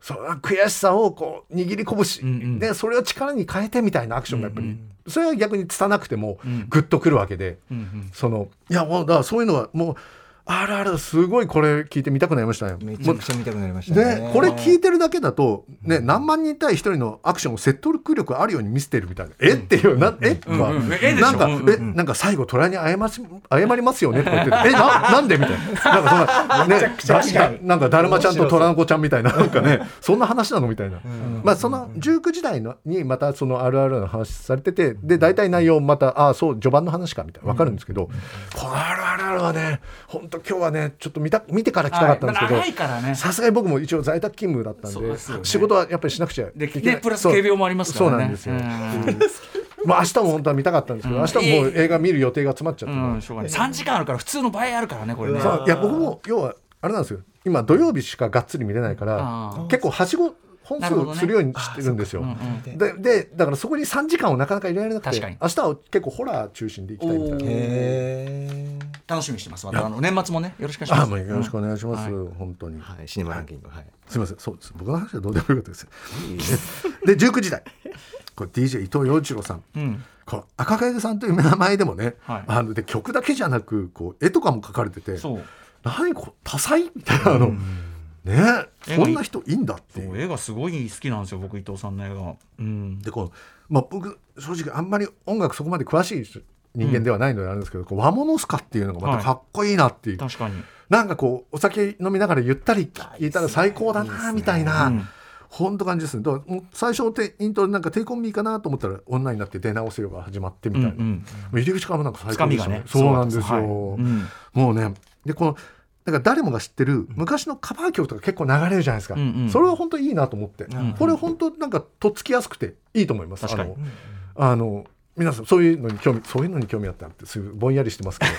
S4: その悔しさをこう握り拳、
S3: うんうん
S4: でそれを力に変えてみたいなアクションがやっぱり、
S3: うんう
S4: それは逆に拙くても
S3: ん
S4: グッとくるわけで、
S3: うんうん
S4: そのいやもうだからそういうのはもうあらあらすごいこれ聞いてみたくなりましたね。
S2: めち
S4: も
S2: ゃ
S4: う
S2: くちゃ見たくなりましたね
S4: ね、これ聞いてるだけだと、ね、何万人対一人のアクションを説得力あるように見せてるみたいな、えっていう、なえとか、
S3: うんうんえでしょ
S4: なんか、
S3: うんうん
S4: え、なんか最後、虎に謝し謝りますよねとか言ってて、え、ななんでみたいな、なんかそんな、ね、だだなんかだるまちゃんと虎の子ちゃんみたいな、なんかね、そんな話なのみたいな、まあ、その19時代のにまたそのあるあるの話されてて、で、大体内容、また、ああ、そう、序盤の話かみたいな、わかるんですけど、このあるあるあるはね、本当、今日はね、ちょっと見た見てから来たかったんですけど。
S3: はい長いからね
S4: さすがに僕も一応在宅勤務だったん
S3: そう
S4: で
S3: ですよね
S4: 仕事はやっぱりしなくちゃい
S3: で
S4: けない
S3: ねプラス軽病もありますからね
S4: そうなんですよ、
S3: うん
S4: まあ明日も本当は見たかったんですけど、明日ももう映画見る予定が詰まっちゃって、
S3: うん、しょうがない。3時間あるから普通の倍あるからね、これね。
S4: そういや僕も要はあれなんですよ今土曜日しかがっつり見れないか
S3: あ
S4: ら
S3: ー
S4: 結構はしご本
S3: なるほど
S4: 数
S3: ね
S4: するようにしてるんですよ、ででだからそこに3時間をなかなか入れられなくて
S3: 確かに
S4: 明日は結構ホラー中心でいきたいみたい
S3: お
S4: な
S3: ー
S2: へー
S3: 楽しみにしてます。またあの年末もね、よろしくお願いし
S4: あ
S3: ま
S4: ー
S3: す。
S4: もうよろしくお願いします、
S3: う
S4: 本当に、
S2: はい、シネマランキング、はい、
S4: すみません、そうです。僕の話はどうでもよかったです。で、19時代、これ DJ 伊藤洋一郎さん。
S3: ん
S4: こう赤影さんという名前でもね、
S3: はい
S4: あので曲だけじゃなくこう絵とかも描かれてて
S3: そう。
S4: 何こう多彩みたいなあの、ね
S3: 絵がいい
S4: そんな人いいんだっていう
S3: 映画すごい好きなんですよ、僕、伊藤さんの映画。うん。
S4: でこう、まあ、僕正直あんまり音楽そこまで詳しい人間ではないのであれですけど、こう和物スカっていうのがまたかっこいいなっていう、
S3: 確かに。
S4: なんかこうお酒飲みながらゆったり聞いたら最高だなみたいな。ほんと感じですね。だからもう最初てイントロでなんか低コンビかなと思ったらオンラインになって出直せよが始まってみたいな。
S3: うんうん
S4: もう入り口からもなんか最
S3: つ
S4: 高
S3: か
S4: で
S3: み
S4: し
S3: が
S4: た
S3: ね。
S4: そうなんですよ。
S3: はいうん
S4: もうねでこのだから誰もが知ってる昔のカバー曲とか結構流れるじゃないですか、
S3: うんうん
S4: それは本当いいなと思って、
S3: ん
S4: これ本当なんかとっつきやすくていいと思います
S3: 確かに
S4: あのあの皆さんそういうのに興味そういうのに興味あったってすごいぼんやりしてま すけど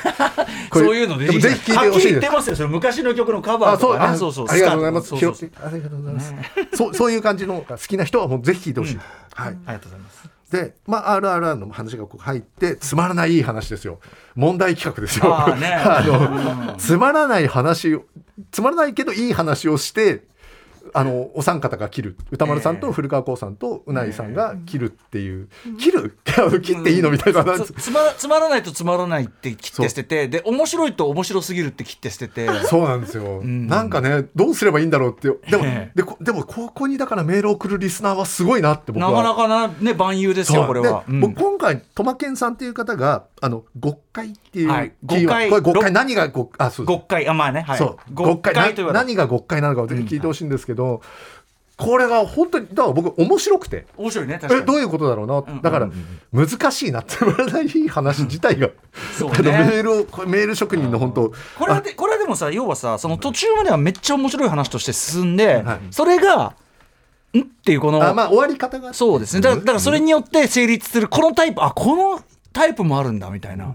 S4: これ
S3: そういうので、
S4: もぜひ聞いてほしい
S3: はっきり言っ
S4: です
S3: てますよ、それ昔の曲のカバーとかね。そうそう。
S4: ありがとうございます。
S3: そうそう
S4: 拾ってありがとうございます。 そうそういう感じのが好きな人はもうぜひ聞いてほしい。はい。
S3: ありがとうございます。
S4: で、まあ RRR の話がこう入ってつまらないいい話ですよ。問題企画ですよ。
S3: あーね
S4: のつまらない話をつまらないけどいい話をして。あのお三方が切る歌丸さんと古川光さんとうないさんが切るっていう、切る 切っていいのみたいな、
S3: つつまつまらないとつまらないって切って捨ててで面白いと面白すぎるって切って捨てて
S4: そうなんですよ、なんかねどうすればいいんだろうってでも
S3: ええ
S4: でこでもここにだからメールを送るリスナーはすごいなって僕は
S3: なかなかなね万有ですよこれは。
S4: で
S3: うん
S4: 僕今回トマケンさんっていう方があの極海っていうキーワ
S3: は
S4: ー
S3: い
S4: ド、
S3: 極
S4: これ極
S3: 海
S4: 海何が極あそうです
S3: 極海あまあねはい
S4: そう
S3: 極
S4: 極
S3: 海
S4: 海
S3: と
S4: と
S3: 言われる
S4: 何が極海なのかをぜひ聞いてほしいんですけど、これが本当にだから僕面白くて
S3: 面白いね確か
S4: え
S3: に
S4: どういうことだろうな、だから難しいなって言われない話自体が、
S3: そう
S4: あの
S3: ね
S4: メールをこれメール職人の本当、
S3: これはでこれはでもさ要はさその途中まではめっちゃ面白い話として進んで、
S4: はい
S3: それがんっていうこの
S4: あまあ終わり方が
S3: そうですねだからだからそれによって成立するこのタイプあこのタイプもあるんだみたいな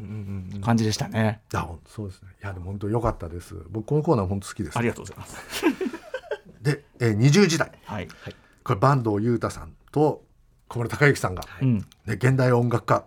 S3: 感じでしたね、
S4: あほんそうですねいやでも本当良かったです僕このコーナー本当好きです
S3: ありがとうございます
S4: で、えー、20時代
S3: はい、
S4: これ坂東裕太さんと小室孝之さんが、
S3: うん
S4: ね、現代音楽家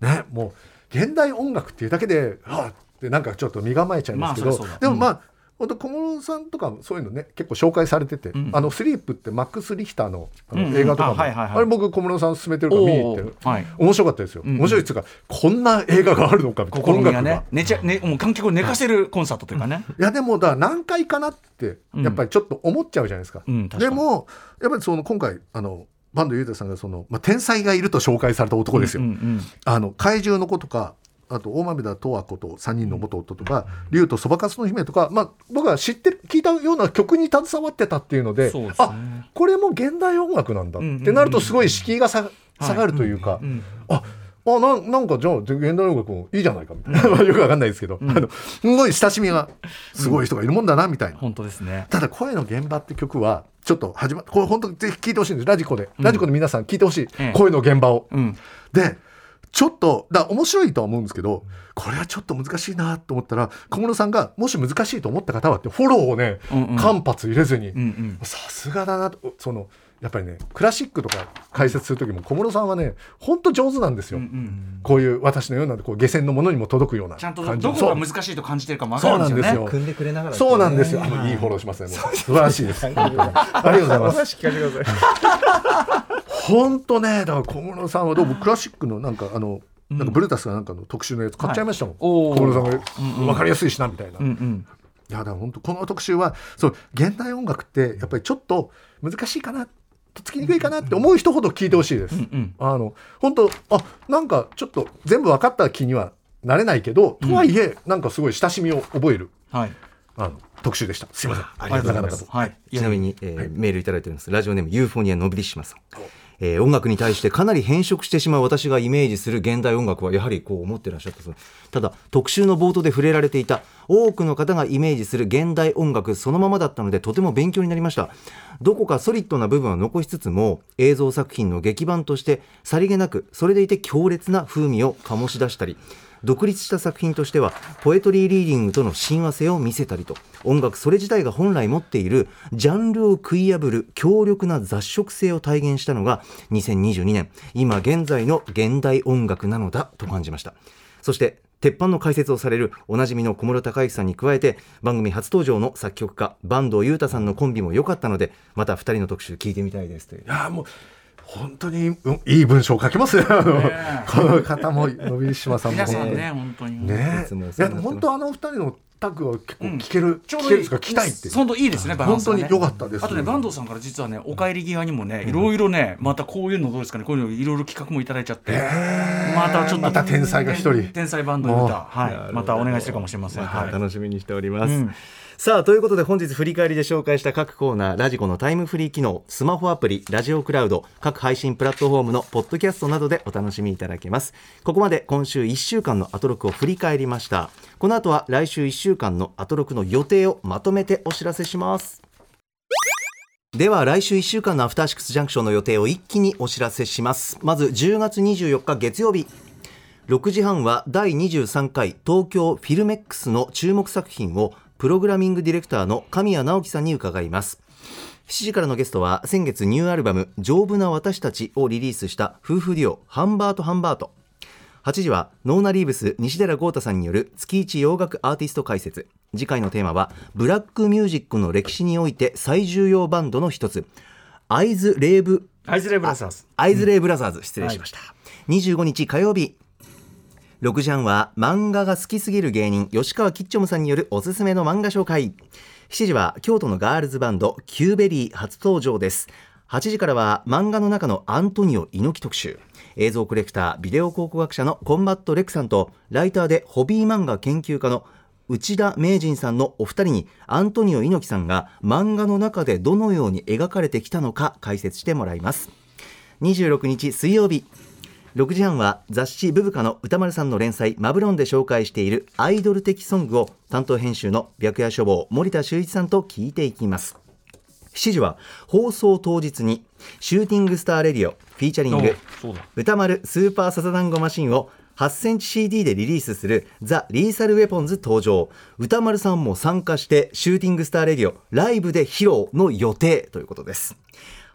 S4: ねもう現代音楽っていうだけであってなんかちょっと身構えちゃいますけど、
S3: まあそりゃそうだ
S4: でもまあ、本当小室さんとかもそういうのね結構紹介されてて、あのスリープってマックス・リヒターのあの
S3: うんうん
S4: 映画とか
S3: あ
S4: も、
S3: はいはいはい
S4: あれ僕小室さん勧めてるから見に行ってる
S3: おーはい
S4: 面白かったですよ、
S3: んうん
S4: 面白いっつうかこんな映画があるのかみたいな
S3: 心が
S4: 音楽
S3: ね寝ちゃ、ね、もう観客を寝かせるコンサートというかね、
S4: いやでもだから何回かなってやっぱりちょっと思っちゃうじゃないですか。
S3: うんうん確か
S4: で
S3: に
S4: もやっぱりその今回あの坂東裕太さんがその、まあ、天才がいると紹介された男ですよ。
S3: うんうん
S4: あの怪獣の子とかあと大豆田十和子と3人の元夫とか「竜とそばかすの姫」とか、まあ、僕は知ってる聞いたような曲に携わってたっていうので
S3: そうですね
S4: あこれも現代音楽なんだっ
S3: うんうんうん
S4: てなるとすごい敷居がさ下がるというか。
S3: うん
S4: ああななんかじゃあ現代音楽もいいじゃないかみたいな、まあ よくわかんないですけど、あのすごい親しみがすごい人がいるもんだなみたいな、
S3: 本当ですね
S4: ただ「声の現場」って曲はちょっと始まこれ本当にぜひ聴いてほしいんですラジコで、ラジコの皆さん聴いてほしい、
S3: ええ
S4: 声の現場を、
S3: うん
S4: でちょっとだ面白いとは思うんですけどこれはちょっと難しいなと思ったら小室さんがもし難しいと思った方はってフォローをね、
S3: うんうん
S4: 間髪入れずに、
S3: うんうん
S4: さすがだなとそのやっぱりねクラシックとか解説する時も小室さんはねほんと上手なんですよ、
S3: うんうん
S4: こういう私のようなこう下船のものにも届くような
S3: ちゃんと
S4: 感じ
S3: ど
S4: の
S3: こが
S4: そう
S3: 難しいと感じてるかも分
S4: そう
S3: か
S4: な
S3: る
S4: ん
S3: ん
S4: で
S3: ですすよ
S4: よ
S3: ね。
S9: 組んでくれながら。
S4: そうなんですよ。あのいいフォローしますね。もう素晴らしいです。ありがとうございます。
S9: 話聞かせてください。
S4: 本当ね、だから小室さんはどうもクラシックのなんかあの、なんかブルータスがなんかの特集のやつ買っちゃいましたもん。
S3: おー
S4: 小室さんがわかりやすいしなみたいな。
S3: うんうん
S4: いやだから本当この特集はそう現代音楽ってやっぱりちょっと難しいかなとっつきにくいかなって思う人ほど聞いてほしいです。
S3: うん
S4: あの本当あなんかちょっと全部分かった気にはなれないけどとはいえ、なんかすごい親しみを覚える
S3: はい。
S4: あの特集でした。すいません。あ
S3: ありがとうございます。はい。
S2: ちなみに、えーメールいただいておりますラジオネームユーフォニアのびりしまさん、えー音楽に対してかなり変色してしまう私がイメージする現代音楽はやはりこう思ってらっしゃったそうですただ特集の冒頭で触れられていた多くの方がイメージする現代音楽そのままだったのでとても勉強になりましたどこかソリッドな部分は残しつつも映像作品の劇版としてさりげなくそれでいて強烈な風味を醸し出したり独立した作品としてはポエトリーリーディングとの親和性を見せたりと音楽それ自体が本来持っているジャンルを食い破る強力な雑食性を体現したのが2022年今現在の現代音楽なのだと感じましたそして鉄板の解説をされるおなじみの小室孝之さんに加えて番組初登場の作曲家坂東裕太さんのコンビも良かったのでまた2人の特集聞いてみたいですという
S4: いやーもう本当にうんいい文章を書けますね。あのこの方ものびりしまさんも
S3: 皆
S4: 本
S3: さ
S4: 当
S3: ん
S4: に
S3: ね本当に。
S4: ね
S2: いつもお
S4: い
S2: 世話になってま
S4: やで
S2: す
S4: も本当あの二人のタッグは結構聞ける、
S3: ちょう
S4: 聞
S3: ど
S4: け
S3: い
S4: る
S3: い
S4: ですか聞きたいっていう。
S3: 本当いいですね、バランスがね
S4: 本当に良かったです
S3: あとね、坂東さんから実はね、お帰り際にもね、いろいろね、またこういうのどうですかね、こういうのいろいろ企画もいただいちゃって、またちょっと、
S4: また天才が一人
S3: 天才バンドに歌、はい、またお願いするかもしれません。
S2: はい
S3: はい
S2: 楽しみにしております、
S3: うん
S2: さあということで本日振り返りで紹介した各コーナーラジコのタイムフリー機能スマホアプリラジオクラウド各配信プラットフォームのポッドキャストなどでお楽しみいただけますここまで今週1週間のアトロクを振り返りましたこの後は来週1週間のアトロクの予定をまとめてお知らせしますでは来週1週間のアフターシックスジャンクションの予定を一気にお知らせしますまず10月24日月曜日6時半は第23回東京フィルメックスの注目作品をプログラミングディレクターの神谷直樹さんに伺います7時からのゲストは先月ニューアルバム「丈夫な私たち」をリリースした夫婦デュオハンバートハンバート8時はノーナ・リーブス西寺豪太さんによる月一洋楽アーティスト解説次回のテーマはブラックミュージックの歴史において最重要バンドの一つアイズ・レーブ・
S3: アイズレイブラザーズ。
S2: アイズレイブラザーズ、失礼しました、25日火曜日6時半は漫画が好きすぎる芸人吉川きっちょむさんによるおすすめの漫画紹介7時は京都のガールズバンドキューベリー初登場です8時からは漫画の中のアントニオ猪木特集映像コレクタービデオ考古学者のコンバットレクさんとライターでホビー漫画研究家の内田名人さんのお二人にアントニオ猪木さんが漫画の中でどのように描かれてきたのか解説してもらいます26日水曜日6時半は雑誌「ブブカ」の歌丸さんの連載「マブロン」で紹介しているアイドル的ソングを担当編集の白夜書房森田修一さんと聞いていきます7時は放送当日に「シューティングスターレディオ」フィーチャリング
S3: そうだ
S2: 歌丸スーパーサザンゴマシンを8センチ CD でリリースするザ・リーサル・ウェポンズ登場歌丸さんも参加してシューティングスターレディオライブで披露の予定ということです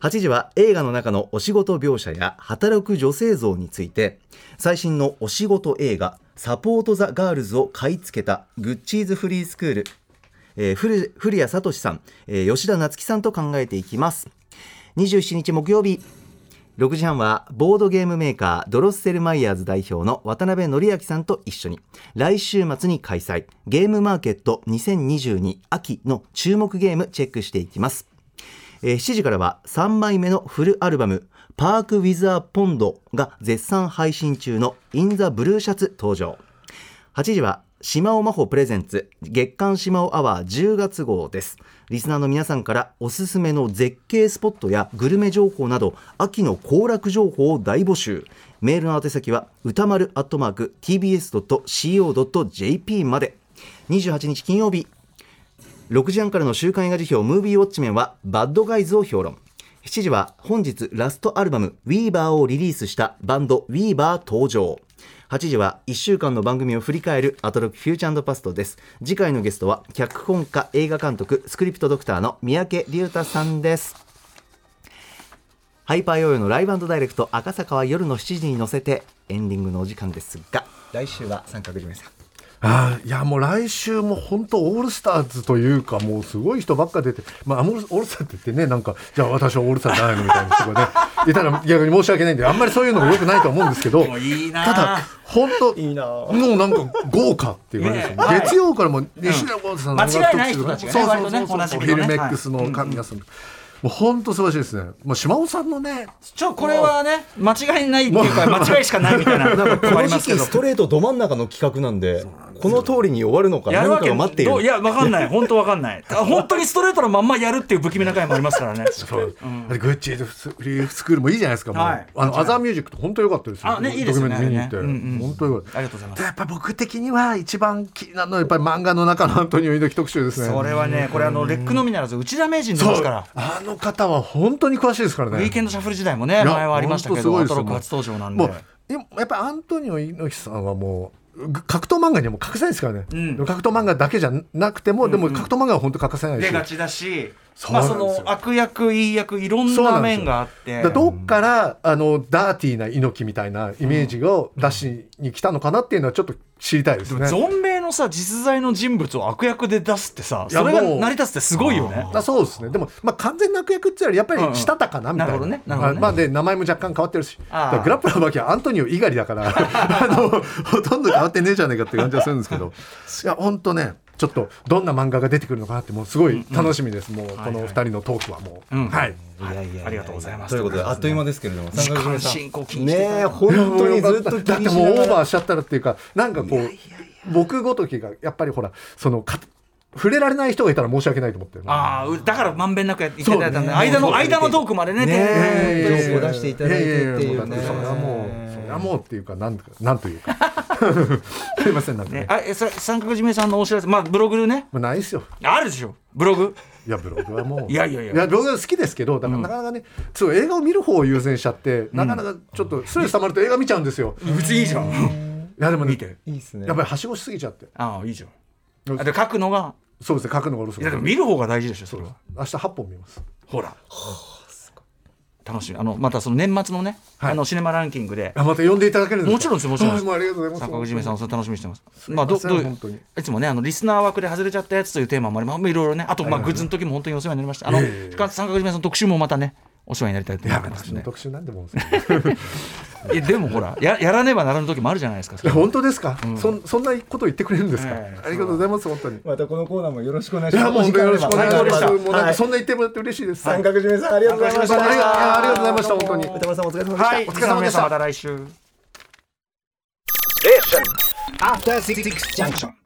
S2: 8時は映画の中のお仕事描写や働く女性像について最新のお仕事映画サポート・ザ・ガールズを買い付けたグッチーズ・フリースクールえー古古谷聡さん、えー吉田夏樹さんと考えていきます27日木曜日6時半はボードゲームメーカードロッセルマイヤーズ代表の渡辺則明さんと一緒に来週末に開催ゲームマーケット2022秋の注目ゲームチェックしていきます、えー7時からは3枚目のフルアルバム「パーク・ウィザー・ポンド」が絶賛配信中の「イン・ザ・ブルーシャツ」登場8時は島尾真帆プレゼンツ月刊島尾アワー10月号ですリスナーの皆さんからおすすめの絶景スポットやグルメ情報など秋の行楽情報を大募集メールの宛先は歌丸アットマーク tbs.co.jp まで28日金曜日6時半からの週刊映画辞表「ムービーウォッチメン」は「バッドガイズ」を評論7時は本日ラストアルバム「ウィーバーをリリースしたバンド「ウィーバー登場8時は1週間の番組を振り返る「アトロックフューチャーパスト」です次回のゲストは脚本家映画監督スクリプトドクターの三宅龍太さんですハイパーヨーヨーのライブダイレクト赤坂は夜の7時に乗せてエンディングのお時間ですが来週は三角締めさん
S4: あーいやもう来週も本当オールスターズというかもうすごい人ばっか出て、まあ、オールオールスターって言ってねなんかじゃあ私はオールスターじゃないのみたいな人がね いたら逆に申し訳ないんであんまりそういうのが良くないと思うんですけどただ本当
S9: いいなぁ
S4: もうなんか豪華っていう感じですよね月曜からもう西田剛さんの
S3: うん間違いない人たちがね
S4: そうそう
S3: 割とね
S4: そう
S3: おな
S4: そ
S3: じみ
S4: うヒ
S3: のね
S4: ルメックスの神谷さんもう本当素晴らしいですね、まあ、島尾さんのね
S3: ちょこれはね間違いないっていうか間違いしかないみたい
S2: なん
S3: な
S2: か
S3: とこ
S2: こ
S3: あ
S2: の
S3: りま
S2: 時
S3: すけ
S2: 期
S3: ど
S2: ストレートど真ん中の企画なんでこの通りに終わるのか
S3: やる
S2: 何
S3: わ
S2: か
S3: け
S2: が待っている
S3: どういやわかんない本当わかん ないあ本当にストレートのまんまやるっていう不気味な回 もありますからね
S4: そうあれグッチーズフリースクールもいいじゃないですか、もう
S3: はい
S4: あのアザーミュージックって本当良かったですよ
S3: あねいいですよね
S4: ドキュメント
S3: あ
S4: 見
S3: れ
S4: に
S3: ね
S4: 行って、
S3: うんうん
S4: 本当良かった
S3: ありがとうございます
S4: でやっぱ僕的には一番気になるのはやっぱり漫画の中のアントニオ猪木特集ですね
S3: それはねこれあのレックのみならず内田名人で
S4: そう
S3: すから
S4: あの方は本当に詳しいですから
S3: ウ
S4: ね
S3: ィーケンドシャッフル時代もね
S4: いや
S3: 前はありましたけどア
S4: 本当す
S3: ト
S4: ごい
S3: ロ
S4: です
S3: ック初登場なん
S4: も
S3: で
S4: う今やっぱアントニオ猪木さんはもうぐ格闘漫画にはもう欠かせないですからね、
S3: ん
S4: 格闘漫画だけじゃなくても、でも格闘漫画は本当欠かせないし
S3: 出がちだし
S4: そう
S3: ま
S4: な
S3: あ
S4: んです
S3: そ
S4: よ
S3: の悪役いい役いろん
S4: そうな
S3: なん
S4: ですよ
S3: 面があって
S4: だからどっから、あのダーティーな猪木みたいなイメージを出しに来たのかなっていうのはちょっと知りたいですね。
S3: 存命のさ実在の人物を悪役で出すってさ
S4: いや
S3: それが
S4: もう
S3: 成り立つってすごいよね
S4: だそうですねでも、まあ、完全な悪役っていうよりやっぱりしたたかなみたいな,、
S3: うんうんなるほどねなるほどね
S4: まあ、で名前も若干変わってるし
S3: あー
S4: だからグラップラーバキはアントニオ猪狩だから あのほとんど変わってねえじゃねえかっていう感じはするんです けどいや本当ねちょっとどんな漫画が出てくるのかなってもうすごい楽しみです、もうこの二人のトークはもう、
S3: ん
S4: はい
S3: ありがとうございます
S2: ということであっという間ですけれども
S3: 時
S2: 三角締
S3: 間
S2: めさん
S3: 進行禁止して
S2: ねえ本当にずっと気にし
S4: だ
S2: なが
S4: って
S2: ら
S4: もうオーバーしちゃったらっていうかなんかこう僕ごときがやっぱりほらそのか触れられない人がいたら申し訳ないと思ってる
S3: ああうだからまんべんなくやっていただいたんで
S4: そうね
S3: 間の間のトークまで
S2: ね
S3: ね丁寧
S2: え
S3: に
S4: いやいやいや
S2: 情報を出していただいてっていうね
S4: やややもだってそれはもうそれはもうっていうかなんとかなんというかすいませんなんかね
S3: ね、あえそれ三角締めさんのお知らせ、まあ、ブログね、
S4: まあないですよ
S3: あるでしょ、ブログ。
S4: いやブログはもう
S3: いやいやいや
S4: ブログは好きですけどだからなかなかね、そう映画を見る方を優先しちゃってなかなかちょっとストレス溜まると映画見ちゃうんですよ、い
S3: 別にいいじゃん。
S4: やでもね
S3: 見て
S2: いいっすね
S4: やっぱりはしごしすぎちゃって
S3: ああ、いいじゃん。あで書くのが、
S4: そうですね書くのがおろす
S3: いやでも見る方が大事でしょ、それは。
S4: 明日8本見ます
S3: ほら。楽しみ、あの、またその年末のね、
S4: はい
S3: あのシネマランキングで。
S4: あまた呼んでいただけるんですか
S3: もちろんですよもちろんです
S4: はいもうありがとうございます
S3: 三角締めさん、それ楽しみにしてます。
S4: い
S3: まあ、ど、
S4: すい
S3: ど
S4: ま
S3: う
S4: せん
S3: い
S4: 本当に
S3: いつもね、あのリスナー枠で外れちゃったやつというテーマもあります。まあいろいろね、あと、まあ、グッズの時も本当にお世話になりました。あの、三角締めさんの特集もまたね、お世話になりたいと
S4: い
S3: 思
S4: や
S3: います
S4: 私の
S3: ね。
S4: 特集なんでも
S3: いやでも、ほら、や、やらねばならぬ時もあるじゃないですか。それは
S4: 本当ですか、そんそんなこと言ってくれるんですか、
S3: ええ
S4: ありがとうございます本当に
S9: またこのコーナーもよろしくお願い
S4: い
S9: します
S4: やもう本当によろしくお願いします
S9: は
S4: も
S9: いう
S4: なんかそんな言ってもらって嬉しいです、
S9: 三角締めさんありがとうございました
S4: ありがありがとうございました本当に
S9: 歌丸さんお疲れ様でした
S3: はい、お疲れ様でした。また来週。
S5: After Six Junction.